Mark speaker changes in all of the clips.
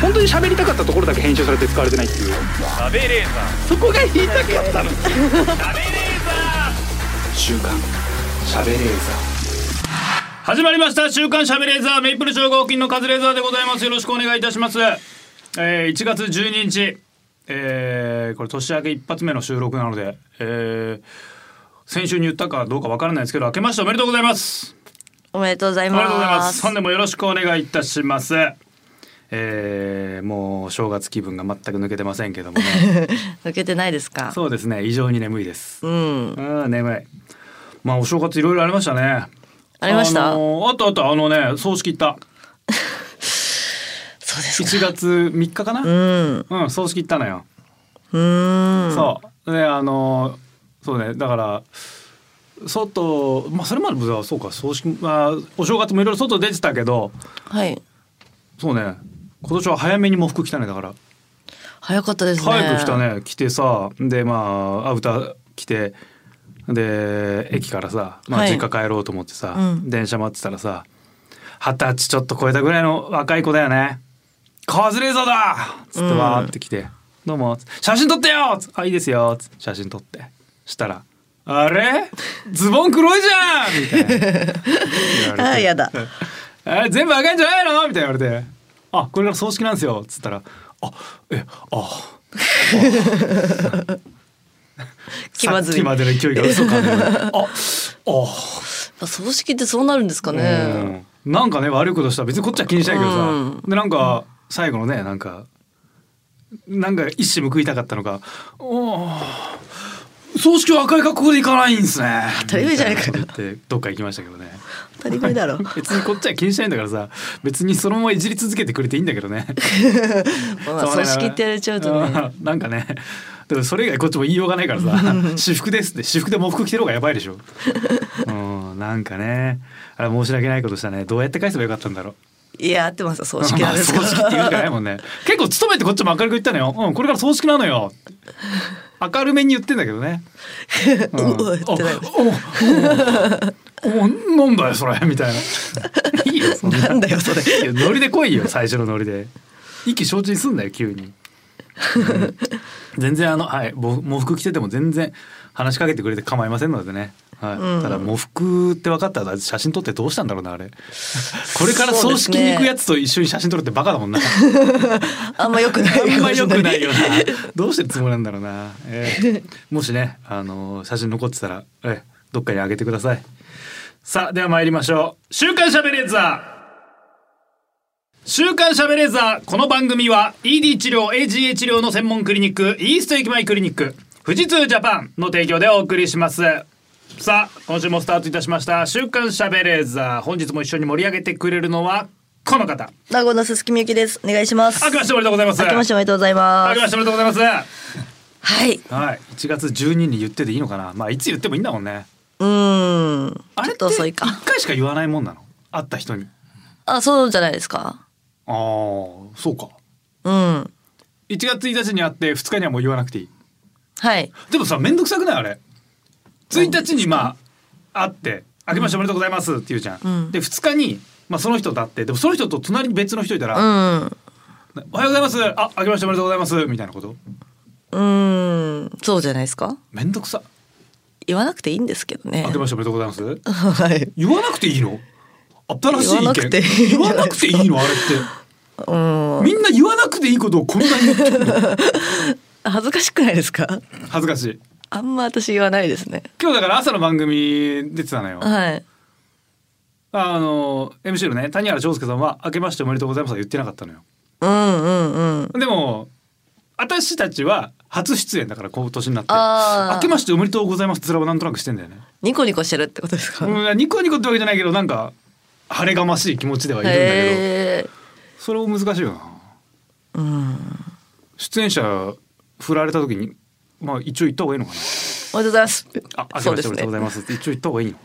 Speaker 1: 本当に喋りたかったところだけ編集されて使われてないっていう
Speaker 2: 食べレーザ
Speaker 1: そこが言いたかったの
Speaker 2: ー食べレーザー
Speaker 1: 週刊喋れー
Speaker 2: 始まりました週刊しゃべレーザーメイプル超合金のカズレーザーでございますよろしくお願いいたします、えー、1月12日、えー、これ年明け一発目の収録なので、えー、先週に言ったかどうかわからないですけど明けましておめでとうございます
Speaker 3: おめでとうござい
Speaker 2: おめでとうござい
Speaker 3: ま
Speaker 2: ます。
Speaker 3: す。
Speaker 2: 本年もよろしくお願いいたします。えー、もう正月気分が全く抜けてませんけどもね。
Speaker 3: 抜けてないですか。
Speaker 2: そうですね。異常に眠いです。
Speaker 3: うん。
Speaker 2: うん、眠い。まあお正月いろいろありましたね。
Speaker 3: ありました
Speaker 2: あのあったあったあのね葬式行った。
Speaker 3: そうです
Speaker 2: 1月3日か
Speaker 3: う
Speaker 2: な。
Speaker 3: ん。う
Speaker 2: うん、葬式行ったのよ。
Speaker 3: ーん。
Speaker 2: そう。で、あのそうね。だから。外まあそれまでもそうか葬式、まあ、お正月もいろいろ外出てたけど
Speaker 3: はい。
Speaker 2: そうね今年は早めに喪服着たねだから
Speaker 3: 早かったですね。
Speaker 2: 早く来た。ね来てさでまあアウター着てで駅からさ、まあ、
Speaker 3: はい
Speaker 2: 実家帰ろうと思ってさ、
Speaker 3: うん
Speaker 2: 電車待ってたらさ二十歳ちょっと超えたぐらいの若い子だよね「カズレーザーだ!」っつって
Speaker 3: うん
Speaker 2: わーって来て「どうも写真撮ってよ!」つあいいですよ」つ写真撮ってしたら「あれズボン黒いじゃん!」み たいな言われて
Speaker 3: ああやだ。
Speaker 2: え全部赤いんじゃないの?」みたいな言われて「あこれから葬式なんですよ」っつったら「あえあ」
Speaker 3: 気まずい
Speaker 2: さっきまでの勢いが嘘かねああ
Speaker 3: あ葬式ってそうなるんですかね。
Speaker 2: うんなんかね悪いことしたら別にこっちは気にしないけどさ、
Speaker 3: うん
Speaker 2: でなんか最後のねなんかなんか一矢報いたかったのか「おー葬式は赤い格好で行かないんですね」
Speaker 3: 当たり前じゃないか
Speaker 2: み
Speaker 3: よ
Speaker 2: たなこと言ってどっか行きましたけどね
Speaker 3: 当たり前 だろ。
Speaker 2: 別にこっちは気にしないんだからさ別にそのままいじり続けてくれていいんだけどね。
Speaker 3: まあ葬式ってやれちゃうとね。
Speaker 2: うん なんかねでもそれ以外こっちも言いようがないから さ私服ですって私服で喪服着てる方がやばいでしょうんなんかねあれ申し訳ないことしたねどうやって返せばよかったんだろう
Speaker 3: いや合ってます葬式なんですか
Speaker 2: まあ葬 式って言うしかない
Speaker 3: ら。
Speaker 2: もんね結構勤めてこっちも明るく言ったのよ、うん、これから葬式なの よ明るめに言ってんだけどね、う
Speaker 3: うわってなる
Speaker 2: おおおおなんだよそれみた いないいよそんな
Speaker 3: なんだよそれ。
Speaker 2: いやノリで来いよ最初のノリで意気承知すんなよ急に、うん全然あのはいぼ喪服着てても全然話しかけてくれて構いませんのでね、はい
Speaker 3: うん
Speaker 2: ただ喪服って分かったら写真撮ってどうしたんだろうなあれこれから葬式に行くやつと一緒に写真撮るってバカだもんな、
Speaker 3: あんま良くない。
Speaker 2: あんま良くないよな どうしてるつもりなんだろうな、えーもしねあの写真残ってたら、えーどっかにあげてくださいさあでは参りましょう「週刊しゃべれーザー」週刊しゃべれーザーこの番組は ED 治療 AGA 治療の専門クリニックイースト駅前クリニック富士通ジャパンの提供でお送りしますさあ今週もスタートいたしました「週刊しゃべれーザー」本日も一緒に盛り上げてくれるのはこの方
Speaker 3: 名護の鈴木みゆきです。お願いします。
Speaker 2: あけましておめでとうございます
Speaker 3: 明けましておめでとうございま
Speaker 2: あけまして
Speaker 3: す。
Speaker 2: おめでとうございます
Speaker 3: はい。
Speaker 2: はい、1月12に言ってていいのかな、まあいつ言ってもいいんだもんね。
Speaker 3: うーん。
Speaker 2: あ
Speaker 3: ち
Speaker 2: れっ
Speaker 3: ょってと遅い
Speaker 2: 1
Speaker 3: か。
Speaker 2: 回しか言わないもんなの、会った人に。
Speaker 3: あそうじゃないですか。
Speaker 2: ああ、そうか。
Speaker 3: うん。
Speaker 2: 1月1日に会って2日にはもう言わなくていい。
Speaker 3: はい。
Speaker 2: でもさ、めんどくさくないあれ。1日にまあ会って、明けましておめでとうございますって言うじゃん。
Speaker 3: うん
Speaker 2: で2日にまあその人と会って、でもその人と隣に別の人いたら、お
Speaker 3: う
Speaker 2: は
Speaker 3: ん。
Speaker 2: ようございます。あ、明けましておめでとうございますみたいなこと。
Speaker 3: うーん、そうじゃないですか。
Speaker 2: めんどくさ。
Speaker 3: 言わなくていいんですけどね
Speaker 2: 明。けましておめでとうござい ます。
Speaker 3: はい。
Speaker 2: 言わなくていいの？新しい意見。
Speaker 3: 言わなくていいんじゃ
Speaker 2: 言
Speaker 3: ない
Speaker 2: わなくていいのあれって。
Speaker 3: うん。
Speaker 2: みんな言わなくていいことをこんなに言ってくる
Speaker 3: 恥ずかしくないですか。
Speaker 2: 恥ずかしい
Speaker 3: あんま私言わないですね。
Speaker 2: 今日だから朝の番組出てたのよ
Speaker 3: はい。
Speaker 2: あの MC のね谷原章介さんは「明けましておめでとうございます」は言ってなかったのよ
Speaker 3: うんうんうん。
Speaker 2: でも私たちは初出演だから今年になって
Speaker 3: あー
Speaker 2: 明けましておめでとうございます」って面はなんとなくしてんだよね、
Speaker 3: ニコニコしてるってことですか。
Speaker 2: うん、ニコニコってわけじゃないけどなんか晴れがましい気持ちではいるんだけど
Speaker 3: へえ。
Speaker 2: それも難しいよな
Speaker 3: うん。
Speaker 2: 出演者振られた時にまあ一応言った方がいいのかな
Speaker 3: おめでとうございます。
Speaker 2: あ明け
Speaker 3: そう
Speaker 2: ま
Speaker 3: で
Speaker 2: してお
Speaker 3: す
Speaker 2: めでとうござい
Speaker 3: ね。
Speaker 2: ますって一応言った方がいいの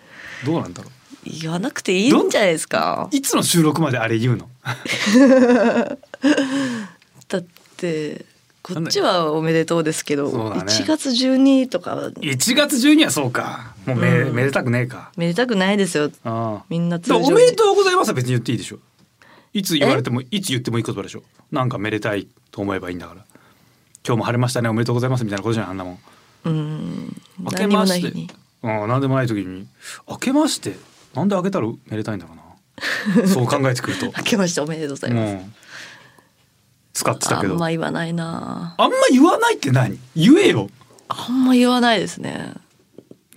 Speaker 2: どうなんだろう
Speaker 3: 言わなくていいんじゃないですか。
Speaker 2: いつの収録まであれ言うの
Speaker 3: だって。こっちはおめでとうですけど、
Speaker 2: そうだね
Speaker 3: 1月12とかは
Speaker 2: ?1 月中にはそうか。もうめ,、
Speaker 3: うん
Speaker 2: めでたくねえか。
Speaker 3: めでたくないですよ。
Speaker 2: ああ
Speaker 3: みんな
Speaker 2: で
Speaker 3: 通常
Speaker 2: もお
Speaker 3: に
Speaker 2: めでとうございますは別に言っていいでしょ。いつ言われてもいつ言ってもいい言葉でしょなんかめでたいと思えばいいんだから今日も晴れましたねおめでとうございますみたいなことじゃんあんなもん
Speaker 3: うん
Speaker 2: 明け
Speaker 3: 何にも
Speaker 2: ま
Speaker 3: ない
Speaker 2: し
Speaker 3: 日
Speaker 2: て
Speaker 3: に
Speaker 2: うん何でもない時に明けましてなんで明けたらめでたいんだろう なそう考えてくると
Speaker 3: 明けましておめでとうございます、
Speaker 2: うん使ってた
Speaker 3: あ
Speaker 2: け
Speaker 3: ん
Speaker 2: ど
Speaker 3: ま言わないな
Speaker 2: あんま言わないって何言えよ
Speaker 3: あんま言わないですね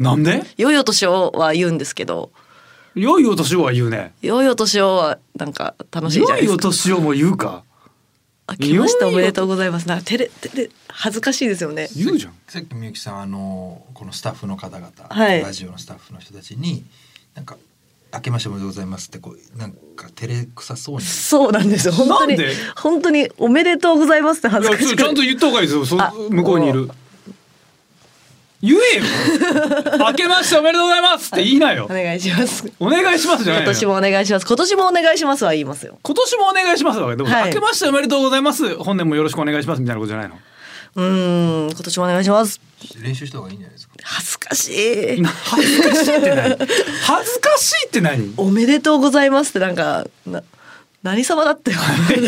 Speaker 2: なんで
Speaker 3: 良いお年をは言うんですけど
Speaker 2: 良いお年をは言うね
Speaker 3: 良いお年をはなんか楽しいじゃ
Speaker 2: 良
Speaker 3: ない
Speaker 2: い
Speaker 3: で
Speaker 2: お
Speaker 3: すか
Speaker 2: 年をも言うか
Speaker 3: 明けましておめでとうございますなんか照れ照れ恥ずかしいですよね
Speaker 2: 言 うじゃん
Speaker 4: さっきみゆきさんあのこのスタッフの方々、
Speaker 3: はい
Speaker 4: ラジオのスタッフの人たちになんか明けましておめでとうございますってこうなんか照れくさそうに
Speaker 3: そうなんですよ本当に
Speaker 2: なんで
Speaker 3: 本当におめでとうございますって
Speaker 2: い
Speaker 3: 恥ず
Speaker 2: や
Speaker 3: かし
Speaker 2: ち
Speaker 3: い
Speaker 2: ょちゃんと言った方がいいですよそ
Speaker 3: あ
Speaker 2: 向こうにいる言え よ明けましておめでとうございますって言いなよ
Speaker 3: お願いします
Speaker 2: お願いしますじゃない
Speaker 3: 今
Speaker 2: のよ
Speaker 3: 年もお願いします今年もお願いしますは言いますよ
Speaker 2: 今年もお願いしますだからでも、
Speaker 3: はい
Speaker 2: 明けましておめでとうございます本年もよろしくお願いしますみたいなことじゃないの
Speaker 3: うーん今年もお願いします
Speaker 4: 練習した方がいいんじゃないですか
Speaker 3: 恥ずかしい
Speaker 2: な恥ずかしいって 何恥ずかしいって何
Speaker 3: おめでとうございますってなんかな何様だって
Speaker 2: い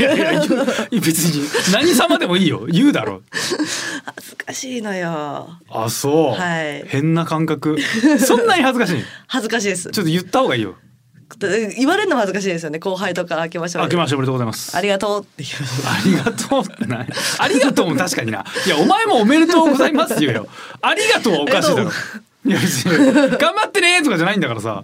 Speaker 2: やいや言う別に何様でもいいよ言うだろ
Speaker 3: 恥ずかしいのよ
Speaker 2: あそう、
Speaker 3: はい
Speaker 2: 変な感覚そんなに恥ずかしい
Speaker 3: 恥ずかしいです
Speaker 2: ちょっと言った方がいいよ
Speaker 3: 言われるのも恥ずかしいですよね後輩とか明けましておめ
Speaker 2: 明け
Speaker 3: でとう
Speaker 2: ましておめでとうございます
Speaker 3: ありがとうっていう
Speaker 2: ありがとうってない。ありがとうも確かにな。いや、お前もおめでとうございますって言うよ。ありがとうはおかしいだろ。いや、別に頑張ってねとかじゃないんだからさ。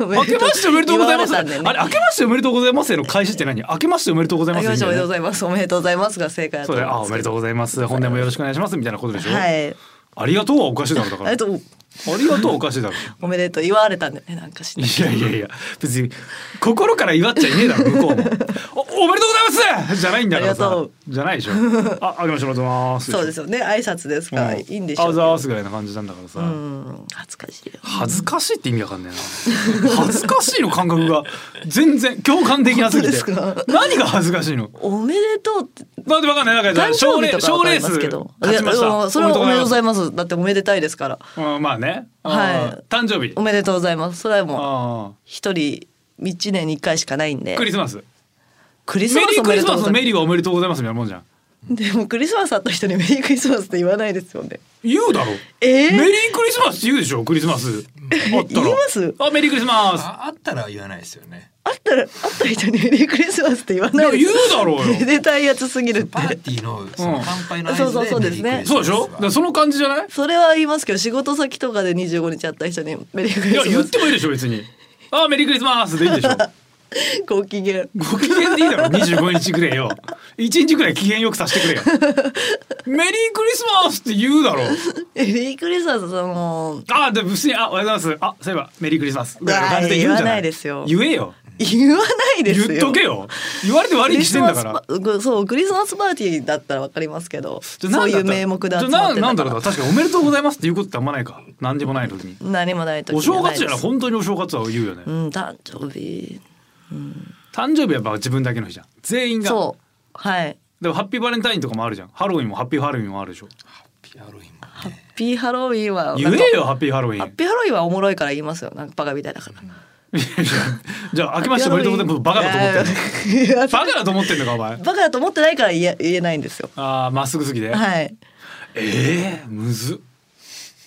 Speaker 3: おめ
Speaker 2: 明けましておめでとうございます。
Speaker 3: 言
Speaker 2: あ
Speaker 3: わ
Speaker 2: れ、
Speaker 3: れたん
Speaker 2: 明
Speaker 3: だよね
Speaker 2: けましておめでとうございますへの開始って何明けましておめでとうございま
Speaker 3: 明け
Speaker 2: す
Speaker 3: ましておめでとうご
Speaker 2: み
Speaker 3: ざいますおめでとうございますが正解
Speaker 2: たいなそ
Speaker 3: だと
Speaker 2: うだよ
Speaker 3: 思います
Speaker 2: あ、おめでとうございます。本年もよろしくお願いしますみたいなことでしょ。
Speaker 3: はい
Speaker 2: ありがとうはおかしいだろ、だか
Speaker 3: あ
Speaker 2: ら。
Speaker 3: りが
Speaker 2: あ
Speaker 3: とう
Speaker 2: りがとうおかしいだろ。
Speaker 3: おめでとう言われたんだよねなんかし
Speaker 2: い
Speaker 3: ない
Speaker 2: やいやいや、別に心から祝っちゃいねえだ ろ、向こうも。おおめでとうございますじゃないんだから
Speaker 3: ありが
Speaker 2: さ
Speaker 3: とう。
Speaker 2: じゃないでしょ。あ、明けましておめでとうございます。
Speaker 3: そうですよね挨拶ですから
Speaker 2: うん
Speaker 3: いいんでしょ
Speaker 2: あ
Speaker 3: うけ
Speaker 2: ざ
Speaker 3: ど
Speaker 2: わすぐらいな感じなんだからさ、
Speaker 3: うん恥ずかしいよ
Speaker 2: 恥ずかしいって意味わかんねえな恥ずかしいの感覚が全然共感できなすぎて
Speaker 3: 本当です
Speaker 2: 何が恥ずかしいの
Speaker 3: おめでとうって
Speaker 2: だってわかんないなんか
Speaker 3: 誕
Speaker 2: さ賞
Speaker 3: 生日
Speaker 2: レ
Speaker 3: とか
Speaker 2: 賞
Speaker 3: わか
Speaker 2: レー
Speaker 3: りま
Speaker 2: ス
Speaker 3: すけど
Speaker 2: 勝ちまし
Speaker 3: いや
Speaker 2: た
Speaker 3: それはおめでとうござ
Speaker 2: い
Speaker 3: いますだっておめでたいですから
Speaker 2: ますうんまあね、
Speaker 3: はい
Speaker 2: うん誕生日
Speaker 3: おめでとうございますそれはもう
Speaker 2: あ
Speaker 3: 一人一年に一回しかないんで
Speaker 2: あクリスマス
Speaker 3: クリス
Speaker 2: メ
Speaker 3: マ
Speaker 2: リ
Speaker 3: ス
Speaker 2: ー
Speaker 3: お
Speaker 2: ク
Speaker 3: め
Speaker 2: リス
Speaker 3: でとう
Speaker 2: マ
Speaker 3: ご
Speaker 2: スの
Speaker 3: ざい
Speaker 2: メリーはおめでとうございますみたいなもんじゃん
Speaker 3: ますでもクリスマスあった人にメリークリスマスって言わないですよね
Speaker 2: 言うだろ、
Speaker 3: え
Speaker 2: メリ
Speaker 3: ー
Speaker 2: ークリスマスって言うでしょクリスマスあったら
Speaker 3: 言います
Speaker 2: あメリークリスマス
Speaker 4: ああったら言わないですよね
Speaker 3: あったらあった人にメリークリスマスって言わないです
Speaker 2: いや言うだろうよ
Speaker 3: めでたいやつすぎるっ
Speaker 4: パー
Speaker 3: て
Speaker 4: ティーのその乾杯の合図
Speaker 3: そうそうそうですね
Speaker 4: メリークリス
Speaker 2: そう
Speaker 4: マ
Speaker 2: で
Speaker 4: ス
Speaker 2: し
Speaker 4: は
Speaker 2: ょだからその感じじゃない
Speaker 3: それは言いますけど仕事先とかで25日会った人にメリーク
Speaker 2: いや
Speaker 3: リ
Speaker 2: 言
Speaker 3: スマ
Speaker 2: っ
Speaker 3: ス
Speaker 2: てもいいでしょ別にあメリークリスマスでいい でしょ
Speaker 3: ご機嫌
Speaker 2: ご機嫌でいいだろ25日くれよ1日くらい機嫌よくさせてくれよメリークリスマスって言うだろ
Speaker 3: メリークリスマスその
Speaker 2: あで別にあおはようございますあそういえばメリークリスマスぐらいの感じで言うんじゃない
Speaker 3: あー言わないですよ
Speaker 2: 言えよ
Speaker 3: 言わないですよ
Speaker 2: 言っとけよ言われて悪い気してんだから
Speaker 3: クリスマスパそうクリスマスパーティーだったらわかりますけど
Speaker 2: じゃあな
Speaker 3: そ
Speaker 2: ん
Speaker 3: う
Speaker 2: だ
Speaker 3: い
Speaker 2: った
Speaker 3: う名目で集
Speaker 2: じゃあ
Speaker 3: まって
Speaker 2: ななんだろう
Speaker 3: から
Speaker 2: な確かにおめでとうございますっていうことってあんまないか何でもないのに
Speaker 3: 何もない時
Speaker 2: お
Speaker 3: じゃ
Speaker 2: 正
Speaker 3: ない
Speaker 2: 月
Speaker 3: です
Speaker 2: じゃない本当にお正月は言うよね、
Speaker 3: うん誕生日
Speaker 2: 誕生日はやっぱ自分だけの日じゃん全員が
Speaker 3: そうはい
Speaker 2: でもハッピーバレンタインとかもあるじゃんハロウィンもハッピーハロウィンもあるでしょ
Speaker 4: ピアロインも
Speaker 3: ハッピーハロウィンは
Speaker 2: 言
Speaker 3: なんか
Speaker 2: えよハッピーハロウィン
Speaker 3: ハッピーハロウィンはおもろいから言いますよなんかバカみたいだから
Speaker 2: いやいやじゃあ明けましておめでとうございますバカだと思ってんの
Speaker 3: いやいや
Speaker 2: バカだと思ってんのかお 前
Speaker 3: バカだと思ってないから言え言えないんですよ
Speaker 2: ああまっすぐすぎで、
Speaker 3: はい
Speaker 2: ええむずっ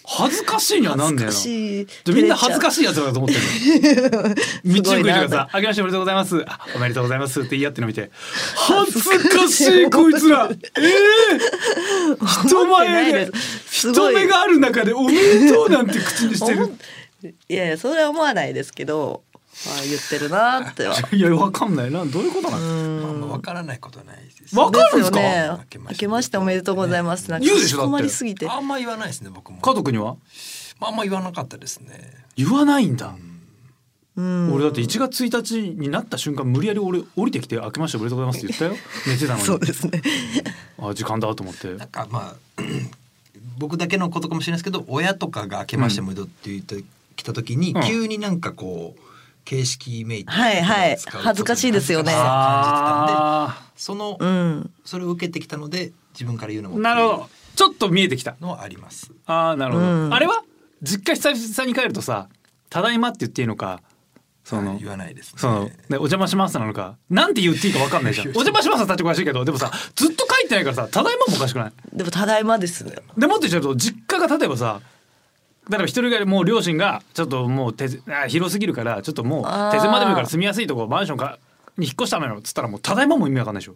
Speaker 2: 恥ずかしいにはなんだよな
Speaker 3: 恥ずか
Speaker 2: じ
Speaker 3: しい
Speaker 2: ゃあみんな恥ずか
Speaker 3: しい
Speaker 2: しいやつらだと思ってるの道
Speaker 3: す
Speaker 2: 行
Speaker 3: ごい
Speaker 2: く
Speaker 3: な
Speaker 2: 人がさ「明けましておめでとうございます」あ「おめでとうございます」って言い合ってるの見て恥ずかしいこいつらええ人前
Speaker 3: 思ってない
Speaker 2: で
Speaker 3: ですす
Speaker 2: 人
Speaker 3: ごい
Speaker 2: 目がある中で「おめでとう」なんて口にしてる
Speaker 3: いやいやそれは思わないですけど、まあ、言ってるなっては
Speaker 2: いやわかんないなんどういうことなの
Speaker 4: まあまあわからないことはないです
Speaker 2: わかるんですか
Speaker 3: ですよね
Speaker 4: 明けまして
Speaker 3: 明けましておめでとうございますなんか
Speaker 2: 言うでしょだって
Speaker 3: か困りすぎて
Speaker 4: あんま言わないですね僕も
Speaker 2: 家族には
Speaker 4: まああんま言わなかったですね
Speaker 2: 言わないんだ、
Speaker 3: うん
Speaker 2: 俺だって1月1日になった瞬間無理やり俺降りてきて「明けましておめでとうございます」って言ったよ寝てた
Speaker 3: そ
Speaker 2: の
Speaker 3: う
Speaker 2: に
Speaker 3: ですね
Speaker 2: あ時間だと思って
Speaker 4: なんかまあ 僕だけのことかもしれないですけど親とかが「明けましておめでとう」って言ってきた時に、
Speaker 2: うん
Speaker 4: 急になんかこう形式めいて
Speaker 3: はいはい
Speaker 4: 使うことに
Speaker 3: 恥ずかしいですよね
Speaker 4: 恥ずかしさを感じてたんで
Speaker 2: あ
Speaker 4: その、
Speaker 3: うん
Speaker 4: それを受けてきたので自分から言うのも
Speaker 2: ーなるほどちょっと見えてきた
Speaker 4: のはあります
Speaker 2: あーなるほど、
Speaker 3: うん
Speaker 2: あれは実家久々に帰るとさ「ただいま」って言っていいのか「その
Speaker 4: 言わないですね
Speaker 2: そのねお邪魔しますなのかなん て言っていいかわかんないじゃんお邪魔しますは立ちおかしいけどでもさずっと書いてないからさただいまもおかしくない
Speaker 3: でもただいまですね
Speaker 2: でもっと言っちゃうと実家が例えばさ例えば一人がもう両親がちょっともう手あ広すぎるからちょっともう
Speaker 3: あー
Speaker 2: 手狭でもいいから住みやすいとこマンションかに引っ越したのよっつったらもうただいまも意味わかんないでしょ。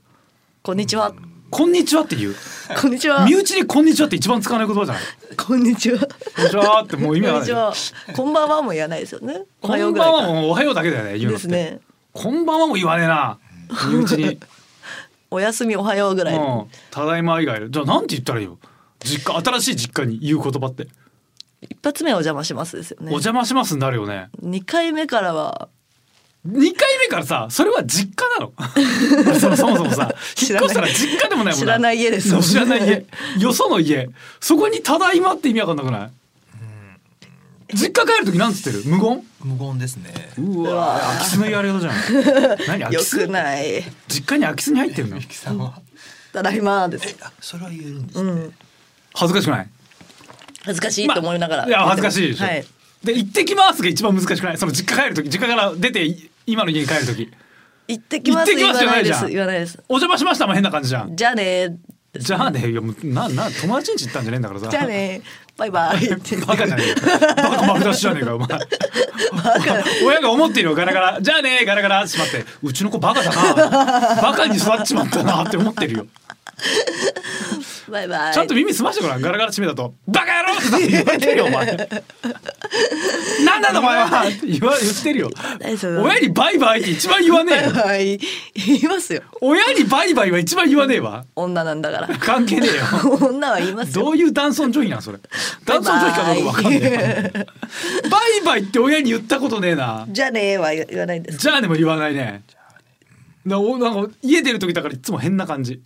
Speaker 3: こんにちは
Speaker 2: こんにちはって言う。
Speaker 3: こんにちは
Speaker 2: 身内にこんにちはって一番使わない言葉じゃない。
Speaker 3: こんにちは
Speaker 2: こんにちはってもう意味
Speaker 3: こ
Speaker 2: わ
Speaker 3: ん
Speaker 2: か
Speaker 3: に
Speaker 2: ん
Speaker 3: ち
Speaker 2: ない。
Speaker 3: はこんばんはも言わないですよねお
Speaker 2: こ
Speaker 3: はようんぐ
Speaker 2: ば
Speaker 3: らい
Speaker 2: ん
Speaker 3: か
Speaker 2: はもうおはようだけだよね言うの
Speaker 3: で
Speaker 2: っ
Speaker 3: す
Speaker 2: て。
Speaker 3: ね
Speaker 2: こんばんはも言わねえな。身内に。
Speaker 3: おやすみお はようぐらい
Speaker 2: うん。ただいま以外。じゃあなんて言ったらいいよ。実家新しい実家に言う言葉って、
Speaker 3: 一発目はお邪魔しますですよ
Speaker 2: お
Speaker 3: ね
Speaker 2: 邪魔しますになるよね。
Speaker 3: 二回目からは
Speaker 2: 二回目からさそれは実家なの そもそもそもさ
Speaker 3: 知
Speaker 2: 引っ
Speaker 3: らな
Speaker 2: 越
Speaker 3: い
Speaker 2: したら実家でもないもん
Speaker 3: 知らない家ですもん
Speaker 2: そう
Speaker 3: ね
Speaker 2: 知らない家よその家そこに「ただいま」って意味わかんなくない実家帰る時なんつってる無言
Speaker 4: 無言ですね
Speaker 2: うわ空き巣の言われ方じゃん何 空
Speaker 3: よ
Speaker 2: き巣
Speaker 3: くない
Speaker 2: 実家に空き巣に入ってるの
Speaker 4: ゆきさんは
Speaker 3: ただいまで
Speaker 4: え
Speaker 3: す
Speaker 4: あそれは言えるんです
Speaker 3: う
Speaker 4: ね、
Speaker 3: ん
Speaker 2: 恥ずかしくない
Speaker 3: 恥ずかしいと思いながら、
Speaker 2: いや恥ずかしいでしょ、
Speaker 3: はい
Speaker 2: で行ってきますが一番難しくないその実家帰る時実家から出てい今の家に帰る時
Speaker 3: 行ってきます
Speaker 2: 行ってきます
Speaker 3: 言わないで
Speaker 2: じゃ
Speaker 3: す
Speaker 2: ないじゃん
Speaker 3: 言わないです
Speaker 2: お邪魔しましたも変な感じじゃん
Speaker 3: じゃあね
Speaker 2: じゃあねいやもうなな友達ん家行ったんじゃねえんだからさ
Speaker 3: じゃあね バイバイって
Speaker 2: バカじゃねえよ。バカ丸出しじゃねえかよ、お前。親が思っているよ、ガラガラ。じゃあね、ガラガラってしまって、うちの子バカだな。バカに育っちまったなって思ってるよ。
Speaker 3: バイバイ
Speaker 2: ちゃんと耳澄ましてごらん、ガラガラ閉めだと。バカ野郎って言われてるよ、 お前。なんなんだ、お前はって言わ言ってるよ。
Speaker 3: 大丈夫
Speaker 2: 親にバイバイって一番言わねえよ。
Speaker 3: はい言いますよ
Speaker 2: 親にバイバイは一番言わねえわ。
Speaker 3: 女なんだから
Speaker 2: 関係ねえよ。
Speaker 3: 女は言いますよ
Speaker 2: どういう男尊女卑なんそれ。男尊女卑かどうかわかんねえ。バイバイって親に言ったことねえな。
Speaker 3: じゃあねは言わないです
Speaker 2: じゃあでも言わないね。なおなんか家出る時だからいつも変な感じ。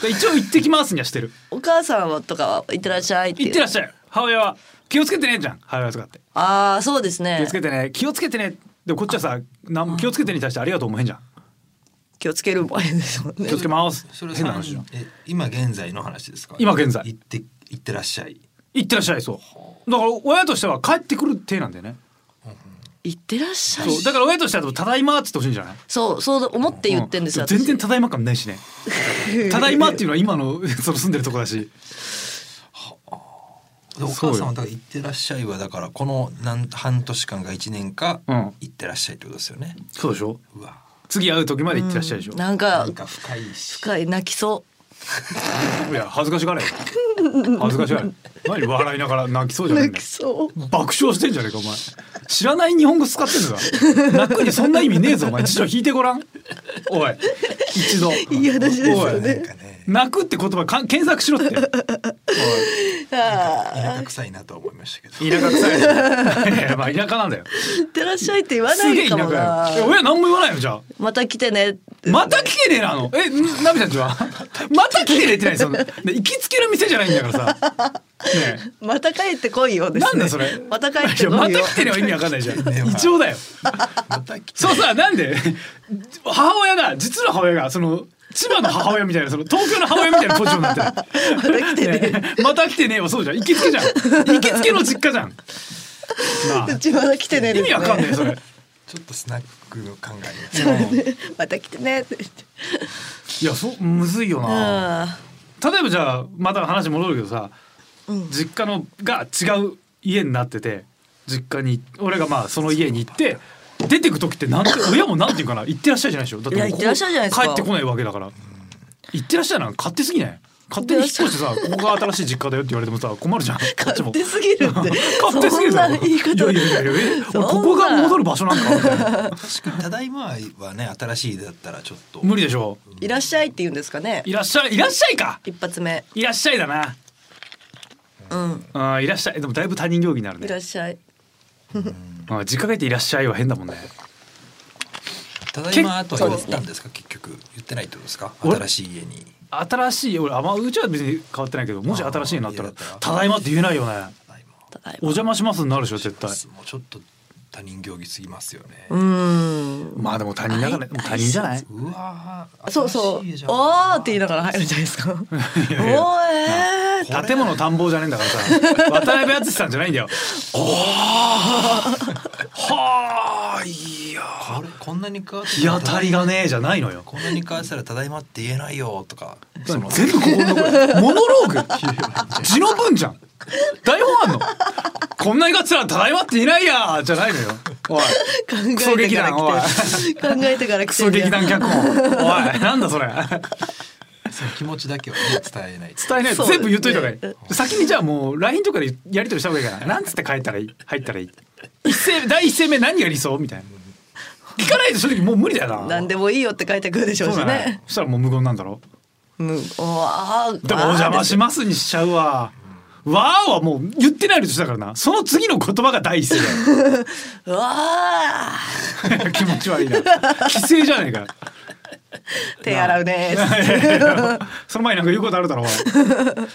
Speaker 2: だから一応行ってきますにはしてる。
Speaker 3: お母さんはとかは行ってらっしゃいって
Speaker 2: 行
Speaker 3: 言
Speaker 2: っ
Speaker 3: う
Speaker 2: てらっしゃい。母親は気をつけてねじゃん。母親とかって
Speaker 3: ああそうです
Speaker 2: 気
Speaker 3: ね
Speaker 2: をつけてね気をつけてね。でもこっちはさなん気をつけてねに対してありがとうも変じゃん。
Speaker 3: 気をつけるもんですもんね
Speaker 2: 気をつけます。
Speaker 4: それは
Speaker 2: 変な話じゃん。
Speaker 4: え今現在の話ですか
Speaker 2: 今現在
Speaker 4: 行って行ってらっしゃい
Speaker 2: 行ってらっしゃいそう。だから親としては帰ってくる体なんだよね。
Speaker 3: 行ってらっしゃい
Speaker 2: そうだから親としてはでもただいまっつってほしいんじゃない。
Speaker 3: そうそう思って言ってんですよ
Speaker 2: う全然
Speaker 3: 私
Speaker 2: ただいま感ない しね。ただいまっていうのは今の その住んでるとこだし。
Speaker 4: でお
Speaker 2: そうよ
Speaker 4: 母さんはだから行ってらっしゃいはだからこのなん半年間か一年か
Speaker 2: うん
Speaker 4: 行ってらっしゃいってことですよね、
Speaker 2: そうでしょ。
Speaker 4: うわ
Speaker 2: 次会う時まで行ってらっしゃいでしょ。
Speaker 3: なんか
Speaker 4: なんか深いし
Speaker 3: 深い泣きそ
Speaker 2: いや恥ずかしがれ恥ずかし がれ何笑いながら泣きそう
Speaker 3: う
Speaker 2: じゃねえん
Speaker 3: 泣
Speaker 2: だ
Speaker 3: き
Speaker 2: よ
Speaker 3: そう
Speaker 2: 爆笑してんじゃねえかお前知らない日本語使ってんのか泣くにそんな意味ねえぞお前辞書引いてごらんおい一度
Speaker 3: いい話ですよね
Speaker 4: なんかね
Speaker 2: 泣くって言葉かん検索しろって
Speaker 3: あ
Speaker 4: 田舎臭いなとは思いましたけど
Speaker 2: おい田舎臭いいやまあ田舎なんだよ
Speaker 3: ー行ってらっしゃいって言わな
Speaker 2: すげえ
Speaker 3: い
Speaker 2: 田
Speaker 3: か
Speaker 2: 舎
Speaker 3: もな
Speaker 2: よえ親何も言わないのじゃあ
Speaker 3: また来てねって
Speaker 2: また来てねえなのえんナビちゃんちはまた来てねえってないそのね行きつけの店じゃないんだからさねえ
Speaker 3: また帰ってこいよですね
Speaker 2: なんだそれ
Speaker 3: ま た帰っ
Speaker 2: い
Speaker 3: て
Speaker 2: や
Speaker 3: こ
Speaker 2: ま
Speaker 3: いよ
Speaker 2: た来てるは意味わかんないじゃん
Speaker 4: ねえわ
Speaker 2: 一応だよ
Speaker 4: また来て
Speaker 2: そうさなんで母親が実の母親がその千葉の母親みたいなその東京の母親みたいなポジションになってる
Speaker 3: また来てね
Speaker 2: ねえまた来てねえはそうじゃん行きつけじゃん行きつけの実家じゃんなあ
Speaker 3: うちまた来てね
Speaker 2: 意
Speaker 3: です
Speaker 2: 味
Speaker 3: ね
Speaker 2: わかんないそれ
Speaker 4: ちょっとスナックの感がありますね
Speaker 3: また来てねって言って
Speaker 2: いやそうむずいよな
Speaker 3: あ
Speaker 2: 例えばじゃあまた話戻るけどさ
Speaker 3: ーうん
Speaker 2: 実家のが違う家になってて実家に俺がまあその家に行って出てく時ってなんて親もなんていうかな行ってらっしゃいじゃないでしょだってもう
Speaker 3: いや行ってらっしゃいじゃないですか
Speaker 2: 帰ってこないわけだから行ってらっしゃいなんか勝手すぎない勝手に引っ越してさここが新しい実家だよって言われてもさ困るじゃんこっち
Speaker 3: 勝
Speaker 2: も
Speaker 3: 手すぎるって
Speaker 2: 勝手すぎる
Speaker 3: そん
Speaker 2: だろ
Speaker 3: な言い方
Speaker 2: いやいやいやいやえ
Speaker 3: そん
Speaker 2: 俺
Speaker 3: な
Speaker 2: ここが戻る場所なんかみたいな
Speaker 4: 確かに「ただいま」はね新しい家だったらちょっと
Speaker 2: 無理でしょ
Speaker 3: いらっしゃいって言うんですかね
Speaker 2: いらっしゃいいらっしゃいか
Speaker 3: 一発目
Speaker 2: いらっしゃいだな
Speaker 3: うん
Speaker 2: うんいらっしゃいでもだいぶ他人行儀になる
Speaker 3: いらっ
Speaker 2: ね
Speaker 3: しゃい
Speaker 2: うん実家帰っていらっしゃいは変だもんね
Speaker 4: 「ただいま」とは言ったんですか結局言ってないってことですか
Speaker 2: 俺
Speaker 4: 新しい家に
Speaker 2: 新しい俺あまあうちは別に変わってないけどもし新しいになったら
Speaker 4: あーいやだったら
Speaker 2: 「ただいま」って言えないよね
Speaker 4: 「ただいま
Speaker 3: ただい
Speaker 2: お
Speaker 3: ま
Speaker 2: 邪魔しますになるでしょ絶対
Speaker 4: もうちょっと他人行儀すぎますよね
Speaker 3: うーん
Speaker 2: まあでも他人だから
Speaker 3: あい
Speaker 2: もう他人じゃないう
Speaker 4: わー
Speaker 3: そうそう
Speaker 4: 新しい家じゃん
Speaker 3: おーって言いながら入るじゃないですかお
Speaker 2: やいや
Speaker 3: ーえー
Speaker 2: 建物探訪じゃねえんだからさ渡辺淳さんじゃないんだよおーはーいや
Speaker 4: こんなに変わって
Speaker 2: 日当たりがねえじゃないのよ
Speaker 4: こんなに変わってたら「ただいま」って言えないよとかその
Speaker 2: 全部ここのこれモノローグ字の文じゃん台本あんのこんなにがつらただいまっていないやじゃないのよおい
Speaker 3: 考
Speaker 2: クソ
Speaker 3: え
Speaker 2: 劇
Speaker 3: てから
Speaker 2: 団おい
Speaker 3: 来て考えてから
Speaker 2: ク
Speaker 3: 来
Speaker 2: ソ
Speaker 3: て
Speaker 2: 劇団 脚本おいなんだそれ
Speaker 4: その気持ちだけをね伝えない
Speaker 2: 伝えないと
Speaker 3: そう
Speaker 2: 全部言っといた方がいい、
Speaker 3: ね
Speaker 2: 先にじゃあもう LINE とかでやり取りした方がいいからなんつって書いたらいい入ったらいい一声第一声目何が理想みたいな聞かないと正直もう無理だよな
Speaker 3: 何で
Speaker 2: も
Speaker 3: もいいよって書いてくるでしょう
Speaker 2: そう
Speaker 3: し
Speaker 2: だね
Speaker 3: ね。
Speaker 2: そしたらもう無言なんだろ
Speaker 3: うん、おあ
Speaker 2: でもお邪魔し
Speaker 3: ま
Speaker 2: ますにしちゃうわわーはもう言ってないとしたからなその次の言葉が第一声
Speaker 3: す。わあ
Speaker 2: だよ 気持ち悪いな規制じゃないか
Speaker 3: 手洗うねーっつって。
Speaker 2: その前になんか言うことあるだろおいバカ野郎って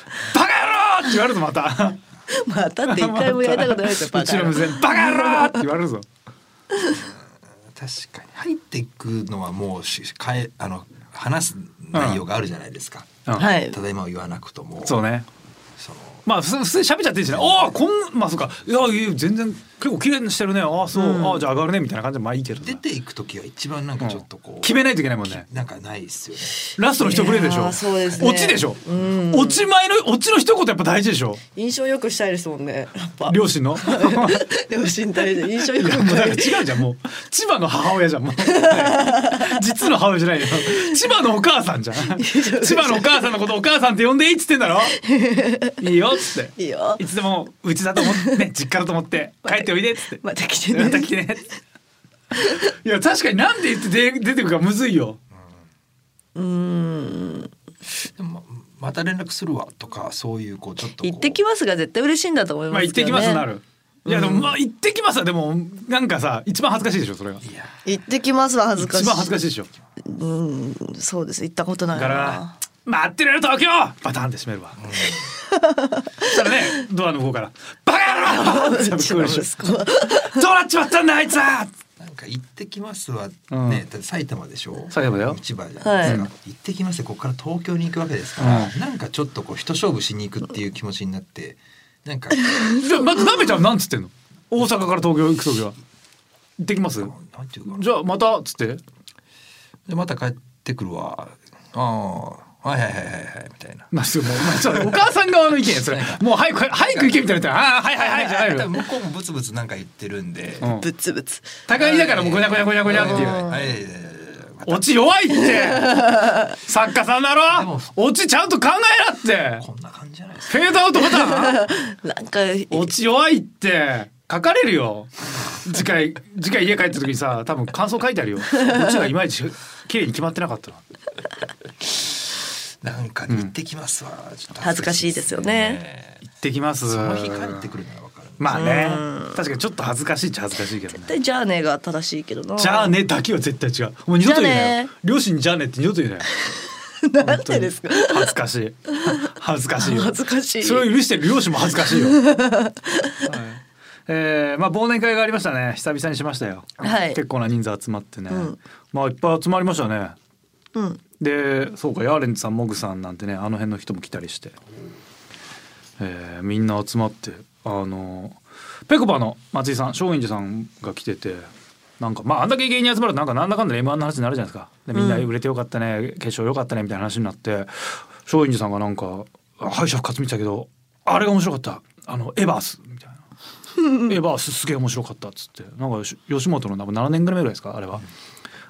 Speaker 2: 言われるぞまた
Speaker 3: また って一回もやりたことないですよ。バ
Speaker 2: う
Speaker 3: カ
Speaker 2: ちの無線バカ野郎って言われるぞ
Speaker 4: 確かに入っていくのはもうしかえあの話す内容があるじゃないですか、
Speaker 2: うん
Speaker 3: はい
Speaker 4: た。だいまを言わなくとも
Speaker 2: そうね
Speaker 4: その
Speaker 2: まあ普通普通に喋っちゃっていいしね。ああこんまあそうか。いやいや全然結構綺麗にしてるね。ああそう。
Speaker 3: うん
Speaker 2: ああじゃあ上がるねみたいな感じでまあいいけどさ。
Speaker 4: 出ていく時は一番なん
Speaker 2: う
Speaker 4: か
Speaker 2: ん
Speaker 4: ちょっとこう、
Speaker 2: 決めないといけないもんね。
Speaker 4: なんかないですよね
Speaker 2: ラストの一プレーでし
Speaker 3: いや
Speaker 2: ょ。
Speaker 3: ーそうですね
Speaker 2: 落ちでしょ。
Speaker 3: うん
Speaker 2: 落ち前の落ちの一言やっぱ大事でしょ。
Speaker 3: 印象良くしたいですもんね。やっぱ。
Speaker 2: 両親の。い
Speaker 3: 両親大事。印象良く
Speaker 2: やもう
Speaker 3: し
Speaker 2: だ
Speaker 3: た
Speaker 2: から違。
Speaker 3: いう
Speaker 2: じゃんもう千葉の母親じゃんもう実の母親じゃないよ千葉のお母さんじゃん千葉のお母さんのことお母さんって呼んでいいっつってんだろいいよっつって
Speaker 3: いいよ
Speaker 2: い。つでもうちだと思ってね実家だと思って帰っておいでっつって
Speaker 3: また来て
Speaker 2: ま
Speaker 3: ね
Speaker 2: た。来てね。いや確かになんで言って出出てくるかむずいよ。
Speaker 3: うーん。
Speaker 4: でもまた連絡するわとかそういうこうちょっとこう
Speaker 3: 行ってきますが絶対嬉しいんだと思い
Speaker 2: ま
Speaker 3: ま
Speaker 2: あ
Speaker 3: す
Speaker 2: 行っ
Speaker 3: け
Speaker 2: て
Speaker 3: ど
Speaker 2: き
Speaker 3: ね。
Speaker 2: ますなる。いやでも
Speaker 3: うん
Speaker 2: まあ行ってきますはでもなんかさ一番恥ずかしいでしょそれが。
Speaker 4: いや
Speaker 3: 行ってきますは恥ずかしい。
Speaker 2: 一番恥ずかしいでしょ。
Speaker 3: うん、そうです。行ったことない
Speaker 2: だ
Speaker 3: な。
Speaker 2: から待ってるよ東京バタンって閉めるわ。そしたらねドアの方からバカ野郎って
Speaker 3: う
Speaker 2: 聞
Speaker 3: ち
Speaker 2: こえ
Speaker 3: の
Speaker 2: るでしょ
Speaker 3: 息子は。
Speaker 2: どうなっちまったんだあいつは。
Speaker 4: なんか行ってきますはね、
Speaker 2: うん
Speaker 4: だって埼玉でしょ
Speaker 2: 埼玉だよ
Speaker 4: 千葉じゃないですか、
Speaker 3: はい
Speaker 4: 行ってきますってここから東京に行くわけですから、
Speaker 2: うん
Speaker 4: なんかちょっとこう一勝負しに行くっていう気持ちになってなんか
Speaker 2: じゃあまずなめちゃんなんつってんの。大阪から東京行く時は行ってきます。
Speaker 4: なんていうかな
Speaker 2: じゃあまたっつって。
Speaker 4: でまた帰ってくるわああはいはいはいはいはいみたいな
Speaker 2: まあ、すごいもうまあちょ っとお母さん側の意見やそれ。もう早く早く行けみたいなああーはいはいはいじゃない
Speaker 4: 多分
Speaker 2: の。
Speaker 4: 向こう もブツブツなんか言ってるんで、
Speaker 2: うん
Speaker 3: ぶつぶつ。
Speaker 2: 互いだからもうごにゃごにゃごにゃごにゃっていう。
Speaker 4: はいはいはいはい
Speaker 2: オチ弱いって。作家さんだ
Speaker 4: で
Speaker 2: ろ
Speaker 4: も。
Speaker 2: オチちゃんと考えなって
Speaker 4: こ。んな感じじゃないですか
Speaker 2: フェードアウトボタン。
Speaker 3: なんか。
Speaker 2: オチ弱いって書かれるよ。次回次回家帰った時にさ多分感想書いてあるよ。オチがいまいち綺麗に決まってなかったな。
Speaker 4: なんか行ってきますわ、ちょっと
Speaker 3: 恥ずかしいですよね
Speaker 2: 行ってきます。
Speaker 4: その日帰ってくるならわかる
Speaker 2: まあね確かにちょっと恥ずかしいっちゃ恥ずかしいけどね
Speaker 3: 絶。対じゃあねが正しいけどな。
Speaker 2: じゃあ。ねだけは絶対違う。もう二度と言えないよ
Speaker 3: じゃあね。
Speaker 2: 両親にじゃあねって二度と言えないよ。
Speaker 3: なんでですか。
Speaker 2: 恥ずかしい。恥ずかしいよ。
Speaker 3: 恥ずかしい
Speaker 2: それを許してる両親も恥ずかしいよ。はいえーまあ忘年会がありましたね。久々にしましたよ。
Speaker 3: はい
Speaker 2: 結構な人数集まってね。
Speaker 3: うん
Speaker 2: まあいっぱい集まりましたね。
Speaker 3: うん。
Speaker 2: で、そうかヤーレンズさんモグさんなんてねあの辺の人も来たりして、えーみんな集まってあのペコパの松井さん松陰寺さんが来てて。なんかまああんだけ芸人集まるとなんかなんだかんだ M1 の話になるじゃないですかでみんな
Speaker 3: うん
Speaker 2: 売れてよかったね、決勝よかったねみたいな話になって松陰寺さんがなんかあ敗者復活見てたけどあれが面白かったあのエバースみたいなエバースすげえ面白かったっつってなんかし吉本のなんか7年ぐらい前ぐらいですかあれは。